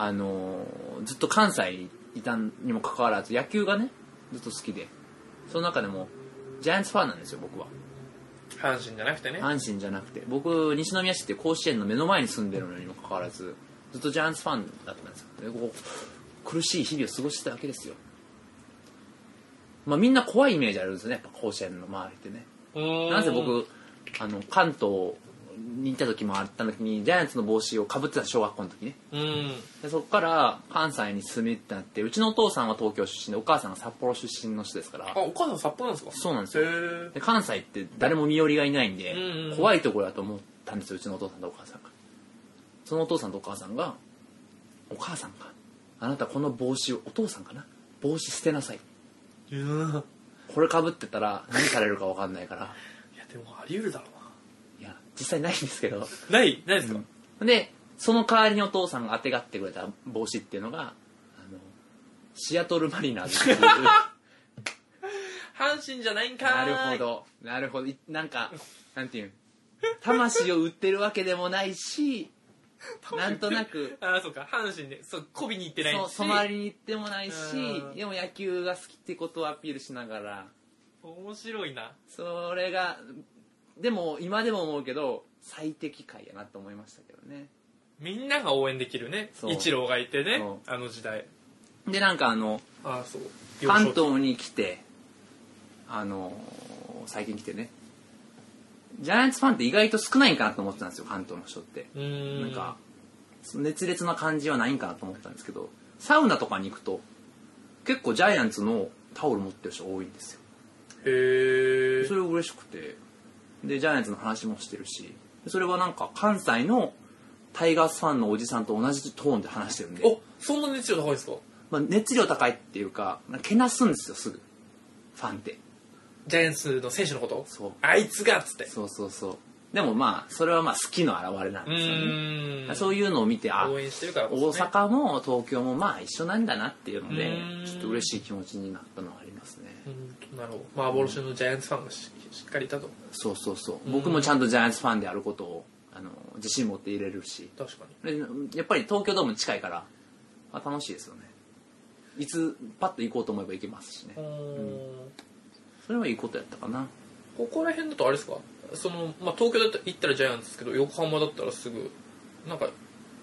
Speaker 2: あのーずっと関西にいたにもかかわらず野球がねずっと好きでその中でもジャイアンツファンなんですよ僕は
Speaker 1: 阪神じゃなくてね
Speaker 2: 阪神じゃなくて僕西宮市って甲子園の目の前に住んでるのにもかかわらずずっとジャイアンツファンだったんですよでこう苦しい日々を過ごしてたわけですよ。まあみんな怖いイメージあるんですよね、やっぱ甲子園の周りってね。なぜ僕、あの、関東に行った時もあった時に、ジャイアンツの帽子をかぶってた小学校の時ね。
Speaker 1: うん
Speaker 2: でそこから関西に住みってなって、うちのお父さんは東京出身で、お母さんが札幌出身の人ですか
Speaker 1: あ
Speaker 2: ら、
Speaker 1: お母さん札幌なんですか
Speaker 2: そうなんです
Speaker 1: へ
Speaker 2: よ。
Speaker 1: え
Speaker 2: で関西って誰も身寄りがいないんで、
Speaker 1: うんうん
Speaker 2: 怖いところだと思ったんですようちのお父さんとお母さんがそのお父さんとお母さんがお母さんがあなたこの帽子をお父さんかな帽子捨てなさい
Speaker 1: うん
Speaker 2: これかぶってたら何されるか分かんないから
Speaker 1: いやでもあり得るだろ
Speaker 2: いや実際ないんですけど
Speaker 1: うなないないですか、
Speaker 2: でその代わりにお父さんがあてがってくれた帽子っていうのがあのシアトルマリナーズっていう
Speaker 1: 阪神じゃないんか
Speaker 2: な
Speaker 1: ーい
Speaker 2: るほどなるほどいなんかなんていうん魂を売ってるわけでもないしなんとなく
Speaker 1: あーそうか阪神でそう媚びに行ってないし
Speaker 2: そう染まりに行ってもないし
Speaker 1: うん
Speaker 2: でも野球が好きってことをアピールしながら
Speaker 1: 面白いな
Speaker 2: それがでも今でも思うけど最適解やなと思いましたけどね
Speaker 1: みんなが応援できるね
Speaker 2: そう
Speaker 1: 一郎がいてね
Speaker 2: そ
Speaker 1: あの時代
Speaker 2: でなんかあの
Speaker 1: ああそう
Speaker 2: 関東に来てあの最近来てねジャイアンツファンって意外と少ないんかなと思ってたんですよ関東の人って
Speaker 1: うーん
Speaker 2: なんかその熱烈な感じはないんかなと思ったんですけどサウナとかに行くと結構ジャイアンツのタオル持ってる人多いんですよ
Speaker 1: へえ
Speaker 2: それ嬉しくてでジャイアンツの話もしてるしそれはなんか関西のタイガースファンのおじさんと同じトーンで話してるんで、
Speaker 1: おそんな熱量高いんですか
Speaker 2: まあ、熱量高いっていうかなんかけなすんですよすぐファンって
Speaker 1: ジャイアンツの選手のこと
Speaker 2: そう
Speaker 1: あいつがっつって
Speaker 2: そうそうそうでもまあそれはまあ好きの表れなん
Speaker 1: う
Speaker 2: ですよね
Speaker 1: ーん
Speaker 2: そういうのを見てあ
Speaker 1: 応援してるからこそね
Speaker 2: 大阪も東京もまあ一緒なんだなっていうので
Speaker 1: うん
Speaker 2: ちょっと嬉しい気持ちになったのはありますね
Speaker 1: うんなるほど幻のジャイアンツファンがししっかりいたと
Speaker 2: そうそうそう僕もちゃんとジャイアンツファンであることをあの自信持って入れるし
Speaker 1: 確かに
Speaker 2: でやっぱり東京ドーム近いから、あ、楽しいですよねいつパッと行こうと思えば行けますしね
Speaker 1: うーん
Speaker 2: それはいいことやったかな
Speaker 1: ここら辺だとあれですかその、まあ、東京だった行ったらジャイアンツですけど横浜だったらすぐなんか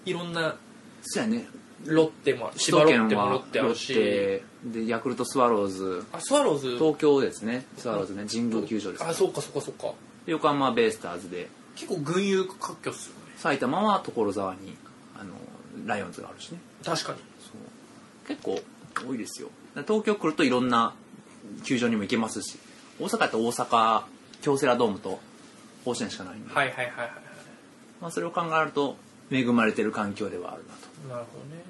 Speaker 1: いろんな
Speaker 2: そうやね
Speaker 1: ロッテもある
Speaker 2: 首
Speaker 1: 千葉
Speaker 2: 都
Speaker 1: ロッ
Speaker 2: 圏
Speaker 1: テも
Speaker 2: は
Speaker 1: ロ
Speaker 2: ロ
Speaker 1: ッテある
Speaker 2: ッ
Speaker 1: し
Speaker 2: テでヤクルトスワローズ
Speaker 1: あスワローズ
Speaker 2: 東京ですねスワローズね神宮球場です
Speaker 1: あそうかそうかそうか
Speaker 2: 横浜ベイスターズで
Speaker 1: 結構群雄割拠っすよね
Speaker 2: 埼玉は所沢にあのライオンズがあるしね
Speaker 1: 確かに
Speaker 2: そう結構多いですよ東京来るといろんな球場にも行けますし大阪やったら大阪京セラドームと甲子園しかないんで
Speaker 1: はいはいはいはいは
Speaker 2: まあ、それを考えると恵まれてる環境ではあるない
Speaker 1: なるほどね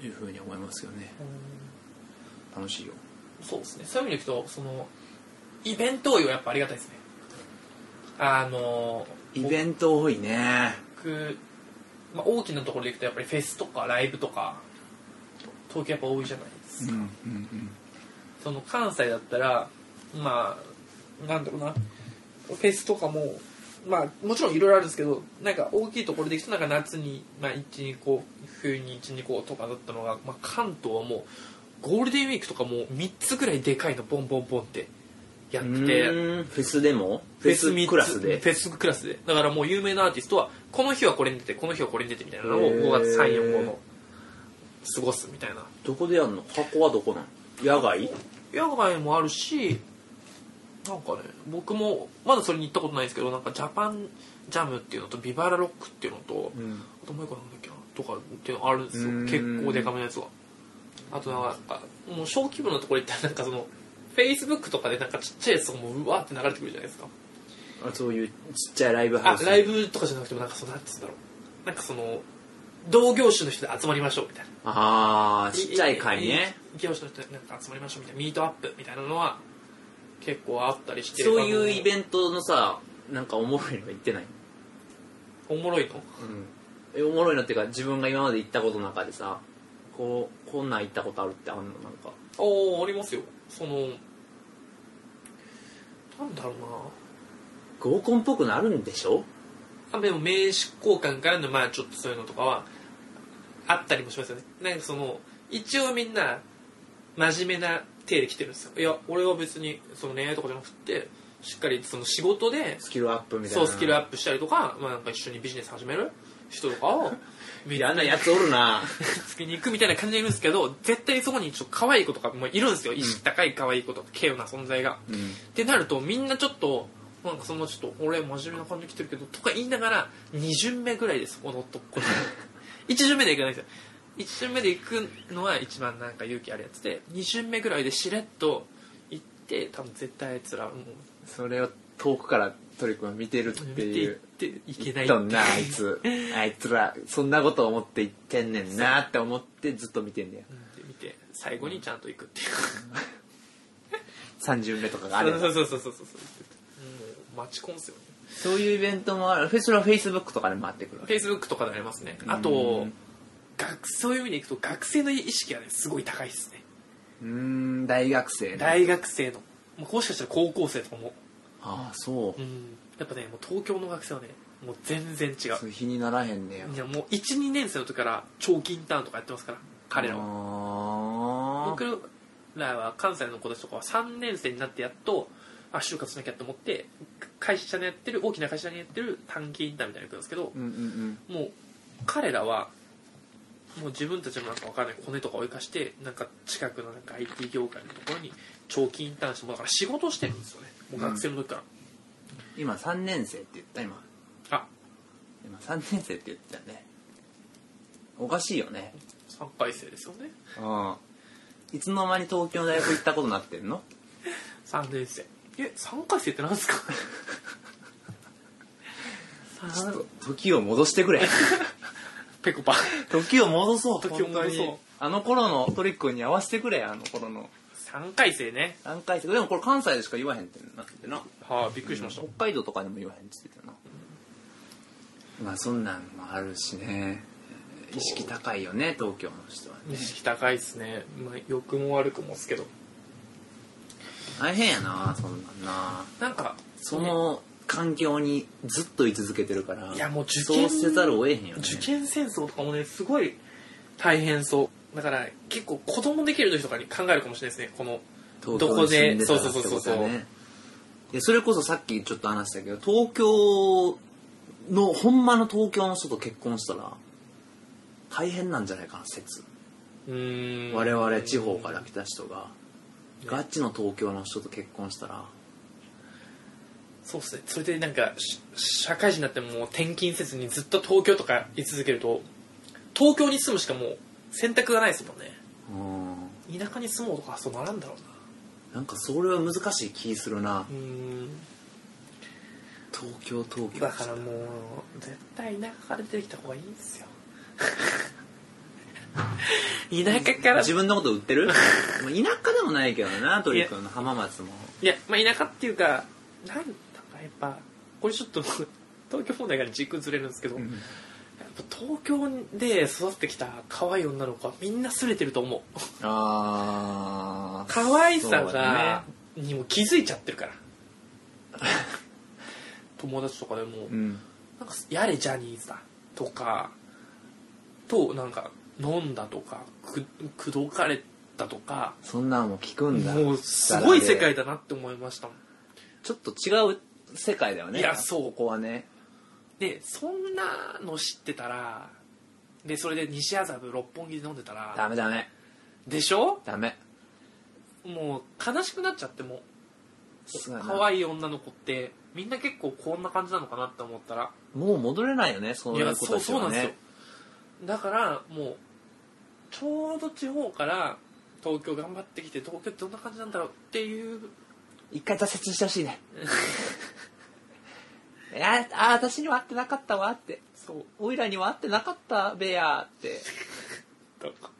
Speaker 2: というふうに思いますよね
Speaker 1: うん
Speaker 2: 楽しいよ
Speaker 1: そうですねそういう意味でいくとそのイベント多いはやっぱありがたいですねあの
Speaker 2: イベント多いね
Speaker 1: 僕、まあ、大きなところでいくとやっぱりフェスとかライブとか東京やっぱ多いじゃないですか、
Speaker 2: うんうん
Speaker 1: その関西だったらまあなんだろうなフェスとかもまあもちろんいろいろあるんですけどなんか大きいところでいくとなんか夏に、まあ、12個冬に12個とかだったのが、まあ、関東はもうゴールデンウィークとかもう3つぐらいでかいのボンボンボンってやってて
Speaker 2: うんフェスでも
Speaker 1: フェス
Speaker 2: フ
Speaker 1: 三
Speaker 2: ェ
Speaker 1: つ
Speaker 2: クラスで
Speaker 1: フェスクラスで。だからもう有名なアーティストは、この日はこれに出て、この日はこれに出てみたいなのを
Speaker 2: へー
Speaker 1: 5月3、4、5の過ごすみたいな。
Speaker 2: どこでやんの箱はどこなの野外
Speaker 1: 野外もあるし、なんかね、僕も、まだそれに行ったことないんですけど、なんかジャパンジャムっていうのと、ビバラロックっていうのと、
Speaker 2: ん
Speaker 1: あともう一個なんだっけな、とかっていうのあるんですよ
Speaker 2: う。ん
Speaker 1: 結構デカめのやつが。あとなんか、もう小規模なところ行ったら、なんかその、Facebook とかでなんかちっちゃいやつがもううわーって流れてくるじゃないですか。
Speaker 2: あそういうちっちゃいライブハ
Speaker 1: あ
Speaker 2: ウス
Speaker 1: ライブとかじゃなくてもなんかそのなんて言うんだろうなんかその同業種の人で集まりましょうみたいな
Speaker 2: あーちっちゃい会ね
Speaker 1: いい業種の人でなんか集まりましょうみたいなミートアップみたいなのは結構あったりして
Speaker 2: そういうイ
Speaker 1: ン
Speaker 2: ベントのさなんかおもろいのは行ってない
Speaker 1: トおもろいの
Speaker 2: えおもろいのっていうか自分が今まで行ったことの中でさこうこんなん行ったことあるってあんのなんか
Speaker 1: おおありますよそのなんだろう
Speaker 2: 合コンっぽくなるんでしょ
Speaker 1: なあでも名刺交換からのまあちょっとそういうのとかはあったりもしますよねなんかその一応みんな真面目な体で来てるんですよいや俺は別にその恋愛とかじゃなくてしっかりその仕事で
Speaker 2: スキルアップみたい
Speaker 1: そ
Speaker 2: な
Speaker 1: うスキルアップしたりとか、まあ、なんか一緒にビジネス始める人とか を見
Speaker 2: 嫌なやつおるな
Speaker 1: つけに行くみたいな感じでいるんですけど絶対そこにちょっと可愛い子とかもいるんですよ意識高い可愛い子とか軽有な存在が、
Speaker 2: うん
Speaker 1: ってなるとみんなちょっとなんかそのちょっと俺真面目な感じ来てるけどとか言いながら2巡目ぐらいですこの男1巡目で行かないですよ1巡目で行くのは一番なんか勇気あるやつで2巡目ぐらいでしれっと行って多分絶対あいつらもう
Speaker 2: それを遠くからトリ君は見てるっ
Speaker 1: 見
Speaker 2: て
Speaker 1: て
Speaker 2: い
Speaker 1: 行っ
Speaker 2: う
Speaker 1: ていけない
Speaker 2: 言っとんなあいつあいつらそんなこと思って言ってんねんなって思ってずっと見てんだよ
Speaker 1: うん見て最後にちゃんと行くっていう
Speaker 2: 3巡目とかがあれば
Speaker 1: そうそうそうそうそうそうもう待ちコンすよね
Speaker 2: そういうイベントもあるフェスはフェイスブックとかで回ってくるわ
Speaker 1: フ
Speaker 2: け
Speaker 1: ェイスブックとかでありますねあ
Speaker 2: う
Speaker 1: と
Speaker 2: ん
Speaker 1: 学そういう意味でいくと学生の意識はねすごい高いですね
Speaker 2: うーん大学生の
Speaker 1: 大学生のもうもしかしたら高校生とかも
Speaker 2: ああそう
Speaker 1: う、んやっぱねもう東京の学生はねもう全然違
Speaker 2: そうういう日にならへんねや
Speaker 1: いやもう12年生の時から長期インターンとかやってますから彼らは
Speaker 2: は
Speaker 1: 僕らは関西の子たちとかは3年生になってやっとあ就活しなきゃと思って会社にやってる大きな会社にやってる短期インターンみたいなの行くんですけど
Speaker 2: うんうんうん
Speaker 1: もう彼らはもう自分たちのなんかわかんないコネとかを生かしてなんか近くのなんか IT 業界のところに長期インターンしてもだから仕事をしてるんですよねもう学生の時から、
Speaker 2: 今3年生って言った今
Speaker 1: あ
Speaker 2: 今3年生って言ったよねおかしいよね
Speaker 1: 三3回生ですよね
Speaker 2: うんいつの間に東京の大学行ったことになってんの
Speaker 1: 3年生え三3回生ってなんですか
Speaker 2: ちょっ
Speaker 1: 三
Speaker 2: と時を戻してく れ
Speaker 1: ペコパ
Speaker 2: 時を戻そう
Speaker 1: 時を戻そう
Speaker 2: 本当にあの頃のトリックに合わせてくれあの頃の
Speaker 1: 3回生ね
Speaker 2: 何回生でもこれ関西でしか言わへんってなってな
Speaker 1: はあびっくりしました、
Speaker 2: 北海道とかでも言わへんって言ってたな、まあそんなんもあるしね意識高いよね東京の人は
Speaker 1: 意
Speaker 2: ね
Speaker 1: 識高いですね、まあ、欲も悪くもですけど
Speaker 2: 大変やなそんなんな
Speaker 1: なんか
Speaker 2: その環境にずっと居続けてるから
Speaker 1: いやもう受験
Speaker 2: そうせざるを得へんよね
Speaker 1: 受験戦争とかもねすごい大変そうだから結構子供できる時とかに考えるかもしれないですねこの
Speaker 2: 東京に住んでたらってこ
Speaker 1: どこでそうそ
Speaker 2: と
Speaker 1: うそうそう
Speaker 2: だねいやそれこそさっきちょっと話したけど東京のほんまの東京の人と結婚したら大変なんじゃないかな説
Speaker 1: うーん
Speaker 2: 我々地方から来た人が、ガチの東京の人と結婚したら
Speaker 1: そうですねそれでなんかし社会人になってももう転勤せずにずっと東京とか居続けると東京に住むしかもう選択がないですもんね
Speaker 2: うん
Speaker 1: 田舎に住もうとかそうならんだろう
Speaker 2: なんかそれは難しい気するな
Speaker 1: なうーん
Speaker 2: 東京東京
Speaker 1: だからもう絶対田舎から出てきた方がいいんです よ田舎から
Speaker 2: 自分のこと売っ てるもう田舎でもないけどなトリ君の浜松も
Speaker 1: いや、まあ、田舎っていうか、なんだかやっぱ、これちょっと東京問題から軸ずれるんですけど、やっぱ東京で育ってきた可愛い女の子はみんなすれてると思う。
Speaker 2: あー
Speaker 1: 可愛さ
Speaker 2: そうだ
Speaker 1: が、にも気づいちゃってるから。 友達とかでも、
Speaker 2: ねうん
Speaker 1: なんか、やれジャニーズだとか、と、なんか、飲んだとか、く、口説かれたとか、
Speaker 2: そんなんも聞くんだ
Speaker 1: もうすごい世界だなって思いましたもん。
Speaker 2: ちょっと違う世界だよね
Speaker 1: いやそう
Speaker 2: ここはね
Speaker 1: でそんなの知ってたらでそれで西麻布六本木で飲んでた
Speaker 2: ダ
Speaker 1: ら
Speaker 2: メダメ
Speaker 1: でしょ
Speaker 2: ダメ
Speaker 1: もう悲しくなっちゃっても
Speaker 2: そうやな
Speaker 1: 可愛い女の子ってみんな結構こんな感じなのかなって思ったら
Speaker 2: もう戻れないよねそう
Speaker 1: い
Speaker 2: いう
Speaker 1: や
Speaker 2: 子
Speaker 1: そう
Speaker 2: たち
Speaker 1: そうな
Speaker 2: は
Speaker 1: んですよ
Speaker 2: ね
Speaker 1: だからもうちょうど地方から東京頑張ってきて東京ってどんな感じなんだろうっていう
Speaker 2: 一回挫折してほしいね いやあ私には合ってなかったわって
Speaker 1: そう
Speaker 2: おいらには合ってなかったべやって
Speaker 1: だか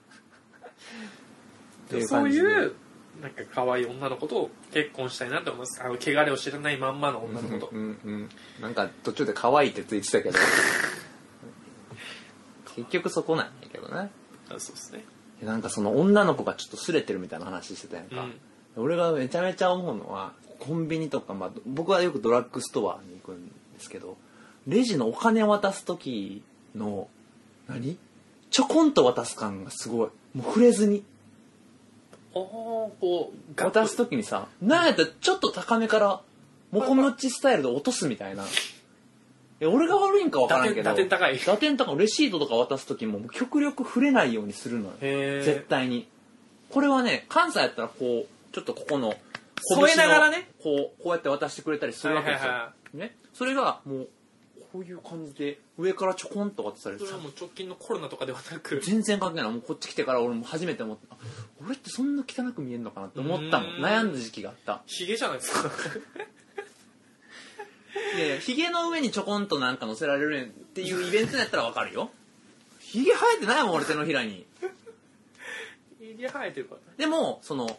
Speaker 2: っていう
Speaker 1: そ
Speaker 2: 感
Speaker 1: う
Speaker 2: じ
Speaker 1: い
Speaker 2: で
Speaker 1: うなんか可愛い女の子と結婚したいなって思いますあの汚れを知らないまんまの女の子と
Speaker 2: うんうんなんか途中で可愛いってついてたけど 結局そこなんやけどね
Speaker 1: あそうですね
Speaker 2: なんかその女の子がちょっとすれてるみたいな話してたやん
Speaker 1: う
Speaker 2: か、
Speaker 1: ん
Speaker 2: 俺がめちゃめちゃ思うのはコンビニとか、まあ、僕はよくドラッグストアに行くんですけどレジのお金を渡す時の何ちょこんと渡す感がすごいもう触れずに
Speaker 1: ああこうガッと
Speaker 2: 渡す時にさなんやったらちょっと高めからもこもちスタイルで落とすみたいないえ俺が悪いんかわからんけど
Speaker 1: 打点打点高い
Speaker 2: 打点高いレシートとか渡す時も極力触れないようにするのよ
Speaker 1: へー
Speaker 2: 絶対にこれはね関西やったらこうちょっとここの拳の
Speaker 1: 添えながらね
Speaker 2: こうこうやって渡してくれたりするわけですよ、
Speaker 1: はいはいは
Speaker 2: ね、それがもうこういう感じで上からちょこんと渡され
Speaker 1: そ
Speaker 2: る
Speaker 1: れはもう直近のコロナとかではなく
Speaker 2: 全然関係ないもうこっち来てから俺も初めて思ったあ俺ってそんな汚く見えるのかなって思ったの
Speaker 1: うーん
Speaker 2: 悩んだ時期があった
Speaker 1: ヒゲじゃないです か
Speaker 2: でヒゲの上にちょこんとなんか乗せられるっていうイベントやったらわかるよヒゲ生えてないもん俺手のひらに
Speaker 1: ヒゲ生えてるからね
Speaker 2: でもその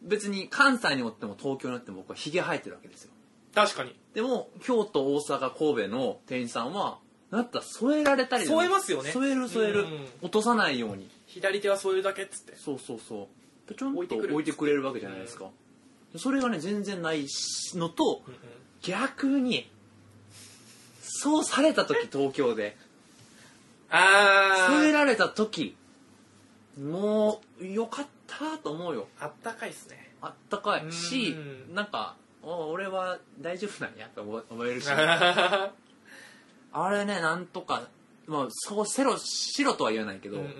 Speaker 2: 別に関西におっても東京におっても僕はヒゲ生えてるわけですよ
Speaker 1: 確かに
Speaker 2: でも京都大阪神戸の店員さんはなったら添えられたりだ
Speaker 1: 添えますよね
Speaker 2: 添える添える
Speaker 1: うん
Speaker 2: 落とさないように
Speaker 1: 左手はそういうだけっつって
Speaker 2: そうそうそうちょんと
Speaker 1: 置いてくる
Speaker 2: 置いてくれるわけじゃないですか、それがね全然ないのと逆にそうされた時東京で添え
Speaker 1: あ
Speaker 2: られた時もうよかったと思うよ
Speaker 1: ああったかいっすね
Speaker 2: あったかいし
Speaker 1: うん
Speaker 2: なんかお俺は大丈夫なんやって思思えるし
Speaker 1: あ
Speaker 2: あれねなんとかまあそうセロ白とは言わないけ
Speaker 1: う
Speaker 2: ど、
Speaker 1: んうん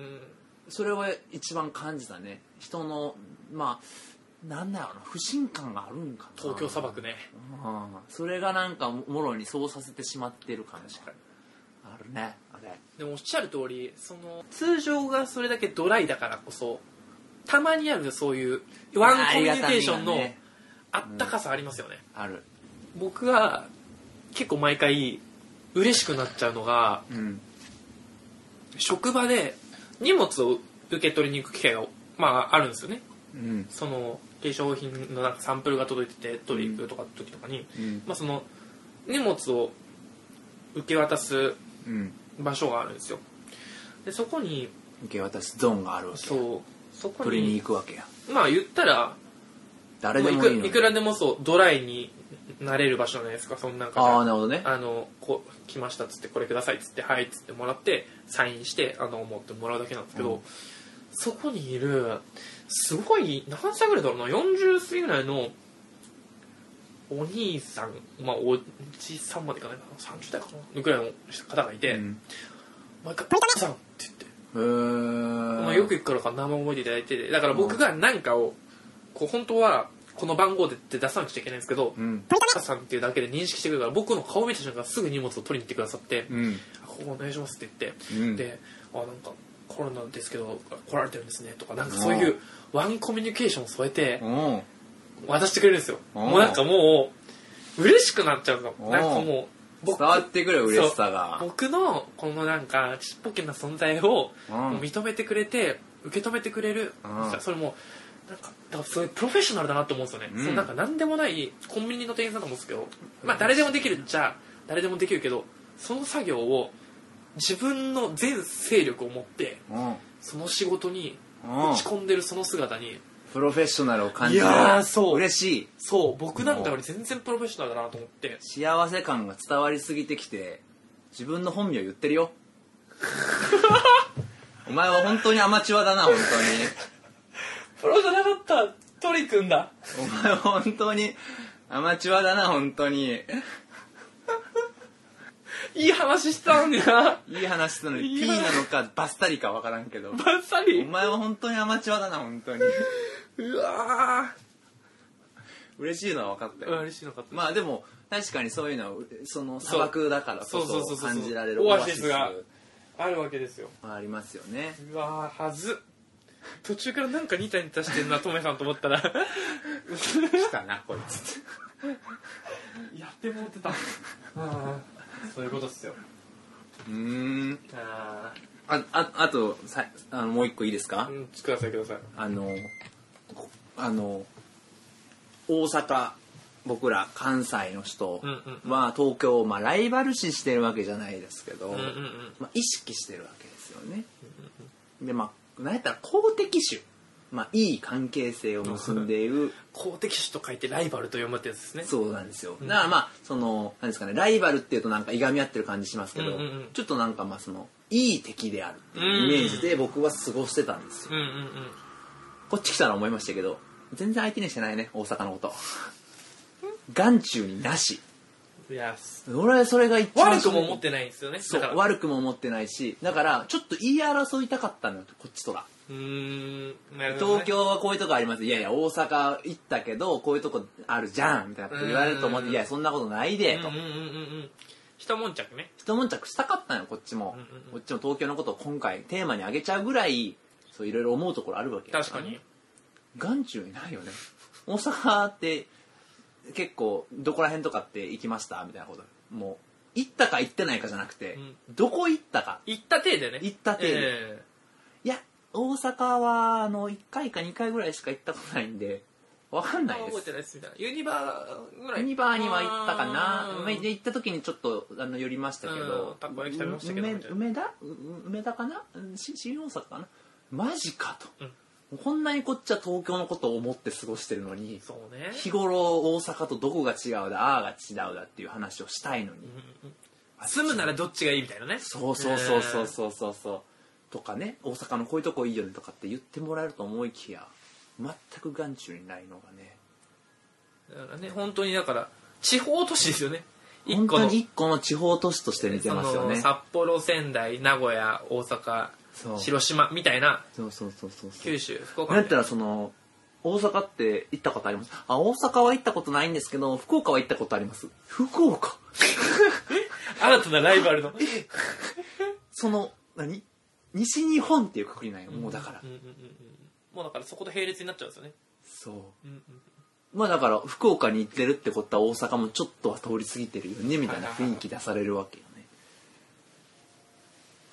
Speaker 2: それは一番感じたね人のまあなんだろうな不信感があるんかな
Speaker 1: 東京砂漠ね
Speaker 2: うんそれがなんかもろにそうさせてしまってる感じ
Speaker 1: 確かに
Speaker 2: あるねあれ
Speaker 1: でもおっしゃる通りその通常がそれだけドライだからこそたまにあるそういうワンコミュニケーション
Speaker 2: あ
Speaker 1: の
Speaker 2: りがたみがね
Speaker 1: あったかさありますよね、
Speaker 2: ある
Speaker 1: 僕は結構毎回嬉しくなっちゃうのが
Speaker 2: うん
Speaker 1: 職場で荷物を受け取りに行く機会が、まあ、あるんですよね
Speaker 2: うん
Speaker 1: その化粧品のなんかサンプルが届いてて取りに行くとか時とかに、
Speaker 2: うん
Speaker 1: まあ、その荷物を受け渡す
Speaker 2: うん
Speaker 1: 場所があるんですよでそこに
Speaker 2: 受け渡すゾーンがあるわけや
Speaker 1: そうそこ
Speaker 2: 取りに
Speaker 1: に
Speaker 2: 行くわけや
Speaker 1: まあ言ったら
Speaker 2: 誰で
Speaker 1: ま
Speaker 2: も
Speaker 1: あ
Speaker 2: いい
Speaker 1: い
Speaker 2: の
Speaker 1: く
Speaker 2: に
Speaker 1: いくらでもそうドライになれる場所じゃないですかそのなんか
Speaker 2: ああなるほどね
Speaker 1: あのこう来ましたっつってこれくださいっつってはいっつってもらってサインしてあの持ってもらうだけなんですけど、
Speaker 2: うん
Speaker 1: そこにいるすごい何歳ぐらいだろうな40過ぎぐらいのお兄さんまあおじさんまでいかないかな30代かなぐらいの方がいて
Speaker 2: うん
Speaker 1: 「毎回パパさん!」って言って、
Speaker 2: へー
Speaker 1: まあ、よく行くからか名前覚えていただいててだから僕が何かをこう本当はこの番号でって出さなくちゃいけないんですけど
Speaker 2: うん
Speaker 1: 「パパさん」っていうだけで認識してくれるから僕の顔見た瞬間すぐ荷物を取りに行ってくださって。
Speaker 2: うん
Speaker 1: ここお願いしますって言って、
Speaker 2: うん
Speaker 1: であなんかコロナですけど来られてるんですねとかなんかそういうワンコミュニケーションを添えて
Speaker 2: うん
Speaker 1: 渡してくれるんですよ
Speaker 2: うん
Speaker 1: もうなんかもう嬉しくなっちゃうの
Speaker 2: うん
Speaker 1: なんかもう僕
Speaker 2: 伝わってくるよ嬉しさが
Speaker 1: 僕のこのなんかちっぽけな存在を
Speaker 2: うん
Speaker 1: もう認めてくれて受け止めてくれる
Speaker 2: うん
Speaker 1: それもなんかだからすごいプロフェッショナルだなと思うんですよね、
Speaker 2: うん
Speaker 1: そのなんか何でもないコンビニの店員さんと思うんですけど、まあ、誰でもできるっちゃ誰でもできるけどその作業を自分の全勢力を持って
Speaker 2: うん
Speaker 1: その仕事に
Speaker 2: うん
Speaker 1: 打ち込んでるその姿に
Speaker 2: プロフェッショナルを感じる
Speaker 1: いやーそう
Speaker 2: 嬉しい
Speaker 1: そう僕なんかより全然プロフェッショナルだなと思って
Speaker 2: 幸せ感が伝わりすぎてきて自分の本名言って るよお前は本当にアマチュアだな本
Speaker 1: プロじゃなかったトリくんだ
Speaker 2: 当にお前は本当にアマチュアだな本当に
Speaker 1: いい話した のにな
Speaker 2: いい話したのに
Speaker 1: い
Speaker 2: P
Speaker 1: や
Speaker 2: なのかバッサリか分からんけど
Speaker 1: バッサ
Speaker 2: お
Speaker 1: リ
Speaker 2: 前は本当にアマチュアだな本当に
Speaker 1: うわ
Speaker 2: 嬉しいのは分かった
Speaker 1: ーうわ
Speaker 2: よ
Speaker 1: 嬉しいのかった
Speaker 2: まあでも確かにそういうのはその砂漠だからこ
Speaker 1: そうそうそ
Speaker 2: そ
Speaker 1: そう
Speaker 2: う
Speaker 1: そう
Speaker 2: 感じられる
Speaker 1: オアシスがあるわけですよ
Speaker 2: はありますよね
Speaker 1: うわーはず途中からなんかニタニタしてんなトメさんと思った ら
Speaker 2: 来たなこいつ
Speaker 1: やってもうてたそういうことっすよ
Speaker 2: うーん
Speaker 1: あ
Speaker 2: あああとさあのもう一個いいですか、
Speaker 1: あうんくださいください
Speaker 2: あのこあの大阪僕ら関西の人
Speaker 1: うんうんうん
Speaker 2: は東京を、まあ、ライバル視してるわけじゃないですけど、
Speaker 1: うんうんうん
Speaker 2: まあ、意識してるわけですよね。でまあなんやったら公的種、まあ、いい関係性を結んでいる
Speaker 1: 公的種と書いてライバルと読むってやつですね
Speaker 2: そうなんですよ。だからまあそのなんですかねライバルっていうとなんかいがみ合ってる感じしますけど、
Speaker 1: うんうんうん
Speaker 2: ちょっとなんかまあそのいい敵であるっていうイメージで僕は過ごしてたんですよ
Speaker 1: うんうんうん
Speaker 2: こっち来たら思いましたけど、全然相手にしてないね、大阪のこと。眼中になし。
Speaker 1: いや
Speaker 2: 俺それが一番
Speaker 1: 悪くも思ってないんですよね
Speaker 2: そ
Speaker 1: だから
Speaker 2: う悪くも思ってないしだからちょっと言い争いたかったのよこっちとら
Speaker 1: うーんなるほどね
Speaker 2: 東京はこういうとこありますいやいや大阪行ったけどこういうとこあるじゃんみたいなこと言われると思っ
Speaker 1: う
Speaker 2: て
Speaker 1: ん
Speaker 2: いやそんなことないでと
Speaker 1: うんうんうんうんうん一悶着ね
Speaker 2: 一悶着したかったのよこっちも
Speaker 1: うんうんうん
Speaker 2: こっちも東京のことを今回テーマにあげちゃうぐらいそういろいろ思うところあるわけよ
Speaker 1: 確かに
Speaker 2: 眼中にないよね大阪って結構どこら辺とかって行きましたみたいなこともう行ったか行ってないかじゃなくて、
Speaker 1: うん
Speaker 2: どこ行ったか
Speaker 1: 行った体でね
Speaker 2: 行った体で
Speaker 1: え
Speaker 2: いや大阪はあの1回か2回ぐらいしか行ったことないんで分かん
Speaker 1: え
Speaker 2: ないで
Speaker 1: 覚えて
Speaker 2: す
Speaker 1: ないですみたいなユニバーぐらい
Speaker 2: ユニバーには行ったかな
Speaker 1: あー
Speaker 2: まあで行った時にちょっとあの寄りましたけ
Speaker 1: うん
Speaker 2: ど
Speaker 1: たこ焼き食べましたけど
Speaker 2: う
Speaker 1: みたいな
Speaker 2: 梅梅田う梅田かなうんし新大阪かなマジかと、
Speaker 1: うん
Speaker 2: もうこんなにこっちは東京のことを思って過ごしてるのに
Speaker 1: そうね
Speaker 2: 日頃大阪とどこが違うだああが違うだっていう話をしたいのに、
Speaker 1: うんうんうん住むならどっちがいいみたいなね
Speaker 2: そうそうそうそうそうそうそうとかね大阪のこういうとこいいよねとかって言ってもらえると思いきや全く眼中にないのがね
Speaker 1: えーだからね本当にだから地方都市ですよね一
Speaker 2: 本
Speaker 1: 個
Speaker 2: 当
Speaker 1: の
Speaker 2: に一個の地方都市として見てますよ
Speaker 1: その
Speaker 2: ね
Speaker 1: 札幌仙台名古屋大阪
Speaker 2: そうそう
Speaker 1: 広島みたいな
Speaker 2: そうそうそうそう
Speaker 1: 九州福岡
Speaker 2: なんやった
Speaker 1: ら
Speaker 2: らその大阪って行ったことありますあ大阪は行ったことないんですけど福岡は行ったことあります福岡
Speaker 1: 新たなライバルの
Speaker 2: その何西日本っていうくくりなんよもうだから、
Speaker 1: んうんうんうんもうだからそこと並列になっちゃうんですよね
Speaker 2: そう
Speaker 1: うんうん
Speaker 2: まあだから福岡に行ってるってことは大阪もちょっとは通り過ぎてるよねみたいな雰囲気出されるわけよね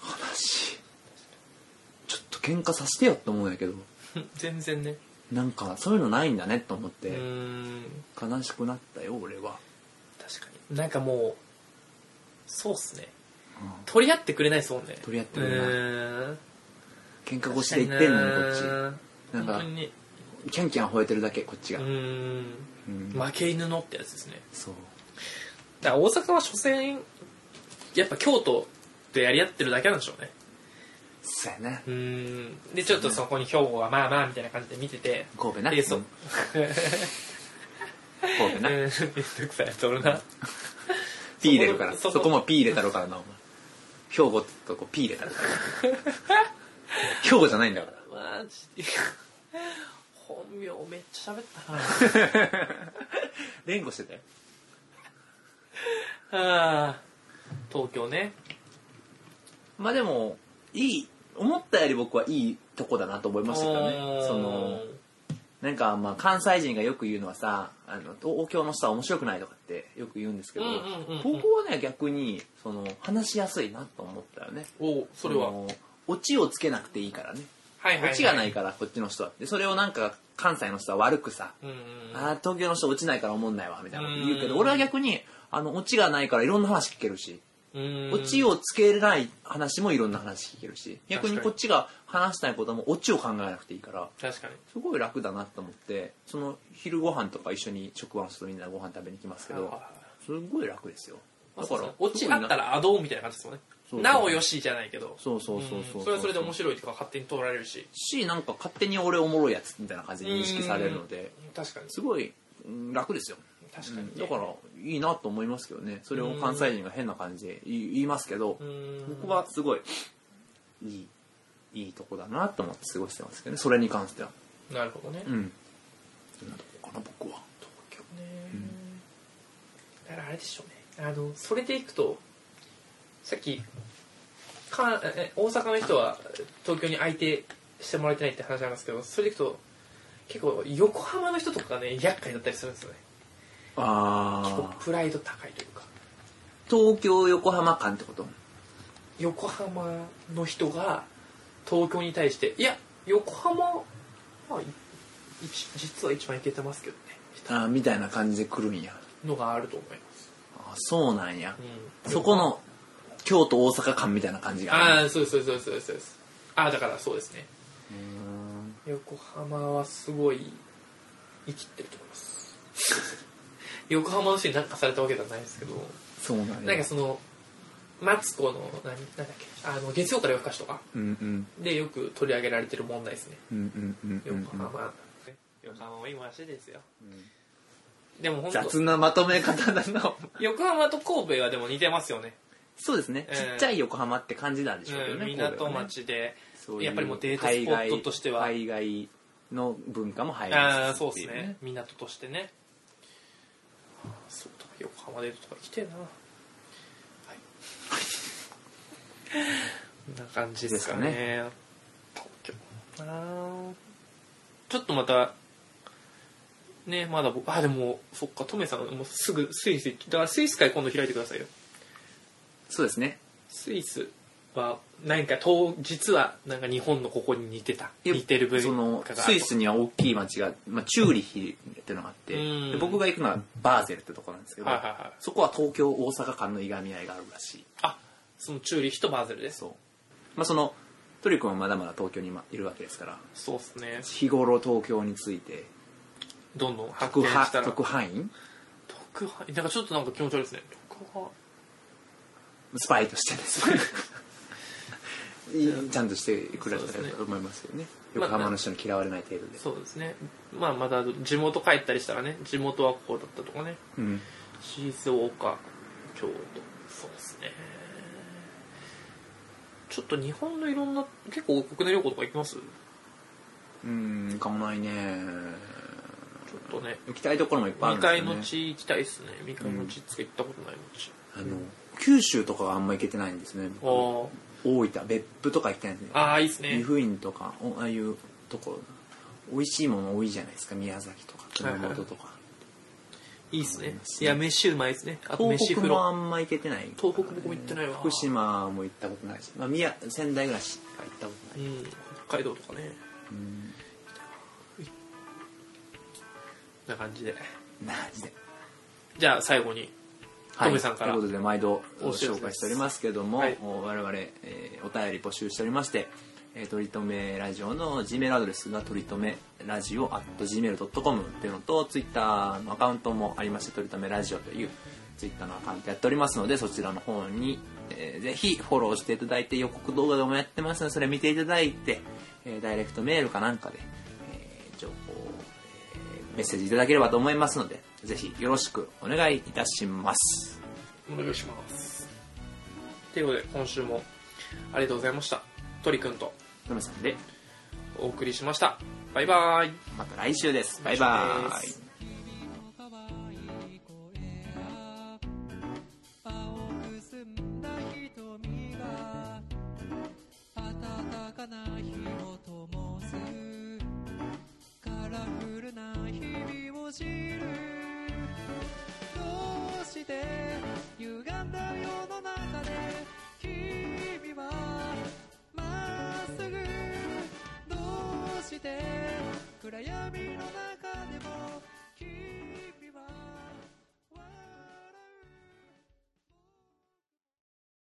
Speaker 2: 悲しいちょっと喧嘩させてよって思うんやけど
Speaker 1: うん 全然ね
Speaker 2: なんかそういうのないんだねと思っ
Speaker 1: う
Speaker 2: て
Speaker 1: ーん
Speaker 2: 悲しくなったよ俺は、
Speaker 1: 確かになんかもうそうっすね
Speaker 2: うん
Speaker 1: 取り合ってくれないですもんね
Speaker 2: 取り合ってくれないう
Speaker 1: ーん
Speaker 2: 喧嘩越しで行ってんのにこっち
Speaker 1: な
Speaker 2: なんん
Speaker 1: か
Speaker 2: か
Speaker 1: 本当に
Speaker 2: キャンキャン吠えてるだけこっち
Speaker 1: う
Speaker 2: が、
Speaker 1: ーん
Speaker 2: うん
Speaker 1: 負け犬のってやつですね
Speaker 2: そう
Speaker 1: だから大阪は所詮やっぱ京都とやり合ってるだけなんでしょうね
Speaker 2: そうやね
Speaker 1: うーんでちょっとそこに兵庫がまあまあみたいな感じで見てて
Speaker 2: 神戸な
Speaker 1: でそう
Speaker 2: うん神戸
Speaker 1: うん
Speaker 2: な
Speaker 1: めんどくさいやつおるな
Speaker 2: P 入れるから
Speaker 1: そ
Speaker 2: そ
Speaker 1: こ
Speaker 2: こも P 入れたろうからなお前兵庫ってとこ P 入れ たろうから兵庫じゃないんだから
Speaker 1: マジで本名めっちゃ喋ったな
Speaker 2: 連呼してたよ
Speaker 1: あー東京ね
Speaker 2: まあでもいい思ったより僕はいいとこだなと思いましたけど
Speaker 1: お
Speaker 2: ね
Speaker 1: ー
Speaker 2: そのなんかまあ関西人がよく言うのはさあの東京の人は面白くないとかってよく言うんですけど、
Speaker 1: うんうんうんうん
Speaker 2: 東京はね逆にその話しやすいなと思ったよね
Speaker 1: おそれは
Speaker 2: のオチをつけなくていいからね
Speaker 1: はいはい
Speaker 2: オチがないいからこっちの人はでそれをなんか関西の人は悪くさ
Speaker 1: うんうんうん
Speaker 2: あー東京の人落ちないから思んないわみたいなこと言うけ
Speaker 1: う
Speaker 2: ど
Speaker 1: ん
Speaker 2: 俺は逆にあの落ちがないからいろんな話聞けるし
Speaker 1: う
Speaker 2: オチ
Speaker 1: を
Speaker 2: をつけれない話もいろんな話聞けるし逆に
Speaker 1: 確か
Speaker 2: こ
Speaker 1: に
Speaker 2: っちが話したいこともオチを考えなくていいから
Speaker 1: 確かに
Speaker 2: すごい楽だなと思ってその昼ご飯とか一緒に職場の人とみんなご飯食べに来ますけどすごい楽ですよだから
Speaker 1: オチがあった
Speaker 2: ら
Speaker 1: らアドンみたいな感じですもんね
Speaker 2: そうそう
Speaker 1: なおよしじゃないけど
Speaker 2: そうそうそうそう
Speaker 1: うんそれはそれで面
Speaker 2: い
Speaker 1: 白いとか勝手に取られるし
Speaker 2: しなんか勝手に俺おもろいやつみたいな感じで認識されるので
Speaker 1: 確かに
Speaker 2: すごいうん楽ですよ
Speaker 1: 確かにね
Speaker 2: だからいいなと思いますけどねそれを関西人が変な感じで言い言いますけど
Speaker 1: うん
Speaker 2: 僕はすごいいいいいとこだなと思って過ごしてますけどねそれに関しては
Speaker 1: なるほどね
Speaker 2: うんそんなとこかな僕は
Speaker 1: 東京ねだからあれでしょうねあのそれでいくとさっきかえ大阪の人は東京に相手してもらえてないって話なんですけどそれでいくと結構横浜の人とかね厄介だったりするんですよね結構
Speaker 2: ああ
Speaker 1: プライド高いというか
Speaker 2: 東京横浜間ってこと
Speaker 1: 横浜の人が東京に対していや横浜、まあ、い一実は一番いけてますけどね
Speaker 2: あーみたいな感じで来るんや
Speaker 1: のがあると思います、
Speaker 2: あーそうなんや
Speaker 1: うん、
Speaker 2: そこの京都大阪間みたいな感じがあ
Speaker 1: あ
Speaker 2: る
Speaker 1: あそうですそうですそうですそうですああだからそうですね
Speaker 2: うーん
Speaker 1: 横浜はすごい生きてると思います 横浜の人に何かされたわけではないですけど
Speaker 2: そうなんや
Speaker 1: なんかそのマツコの何なんだっけあの月曜から夜更かしとか
Speaker 2: うんうん
Speaker 1: でよく取り上げられてる問題ですね
Speaker 2: うんうんうんうんうん
Speaker 1: 横浜、横浜も今足ですよ
Speaker 2: うん
Speaker 1: でも本
Speaker 2: 雑
Speaker 1: 当
Speaker 2: なまとめ方だな
Speaker 1: 横浜と神戸はでも似てますよね
Speaker 2: そうですね、
Speaker 1: えー
Speaker 2: ちっちゃい横浜って感じなんでしょうけどね、
Speaker 1: うん、
Speaker 2: 神戸はね
Speaker 1: 港町で、
Speaker 2: そうい
Speaker 1: やっぱりもうデートスポットとしては
Speaker 2: 海外海外の文化も入り
Speaker 1: ああ
Speaker 2: つつ
Speaker 1: そう
Speaker 2: って
Speaker 1: で
Speaker 2: い
Speaker 1: すね港としてねそうだ横浜デートとか来てえなはいこんな感じですかね東京かなちょっとまたねまだ僕あでもそっかトメさんもうすぐスイス行きだからスイス会今度開いてくださいよ
Speaker 2: そうですね
Speaker 1: スイスは何か当実はなんか日本のここに似てた似てる文
Speaker 2: その
Speaker 1: 化があ
Speaker 2: ス
Speaker 1: る
Speaker 2: イスには大きい町が、まあ、チューリヒっていうのがあって
Speaker 1: うん
Speaker 2: で僕が行くのはバーゼルってとこなんですけど、
Speaker 1: はいはいはい
Speaker 2: そこは東京大阪間のいがみ合いがあるらしい
Speaker 1: あそのチューリヒとバーゼルです
Speaker 2: そうまあそのトリ君はまだまだ東京に今いるわけですから
Speaker 1: そうですね
Speaker 2: 日頃東京について
Speaker 1: どんどん発
Speaker 2: 特
Speaker 1: 見した
Speaker 2: 派
Speaker 1: ら
Speaker 2: 特派員
Speaker 1: 特派なんかちょっとなんか気持ち悪いですね特派
Speaker 2: スパイとし てですねいいちゃんとしてくれた
Speaker 1: そうですね
Speaker 2: らと思いますよね
Speaker 1: まあ
Speaker 2: 横浜の人に嫌われない程度で、
Speaker 1: そうですねまあまた地元帰ったりしたらね地元はこうだったとかね
Speaker 2: うん、
Speaker 1: 静岡京都そうですねちょっと日本のいろんな結構国内旅行とか行きますち
Speaker 2: うん、行かないね
Speaker 1: ょっとね
Speaker 2: 行きたいところもいっぱいあ
Speaker 1: 未開
Speaker 2: るん
Speaker 1: の
Speaker 2: ですよね
Speaker 1: 地行きたいですね未開の地つか行ったことないの地、
Speaker 2: あの九州とかはあんま行けてないんですね
Speaker 1: あ
Speaker 2: 僕大分別府とか行きたいんですね
Speaker 1: あああいいですね
Speaker 2: 湯布院とかおああいうところ美味しいもの多いじゃないですか宮崎とか熊
Speaker 1: はいはい
Speaker 2: 本とか、
Speaker 1: いいです
Speaker 2: 思い
Speaker 1: ね
Speaker 2: ます
Speaker 1: いや飯うまいですねあと飯
Speaker 2: 東北
Speaker 1: 風
Speaker 2: もあ
Speaker 1: 呂
Speaker 2: んま行けてない、
Speaker 1: 東北僕も行ってないわ
Speaker 2: 福島も行ったことないし、まあ、宮仙台ぐらいしか行ったこ
Speaker 1: う
Speaker 2: とない、
Speaker 1: ん北海道とかね
Speaker 2: うん、
Speaker 1: こんな感じで
Speaker 2: なじで
Speaker 1: じゃあ最後に
Speaker 2: はい
Speaker 1: トムさんから
Speaker 2: ということで毎度
Speaker 1: お知らせです
Speaker 2: 紹介しておりますけども、
Speaker 1: はい
Speaker 2: お我々、えーお便り募集しておりまして、えー、とりとめラジオの Gmail アドレスがとりとめラジオ at gmail.com っていうのと Twitter のアカウントもありましてとりとめラジオという Twitter のアカウントやっておりますのでそちらの方に、えーぜひフォローしていただいて予告動画でもやってますのでそれ見ていただいて、えーダイレクトメールかなんかで、えー情報えーメッセージいただければと思いますのでぜひよろしくお願いいたします。
Speaker 1: お願いしますということで今週もありがとうございました鳥くんと
Speaker 2: のめさんで
Speaker 1: お送りしましたバイバーイ
Speaker 2: また来週ですバイバ
Speaker 1: 来週で
Speaker 2: ーイ
Speaker 1: す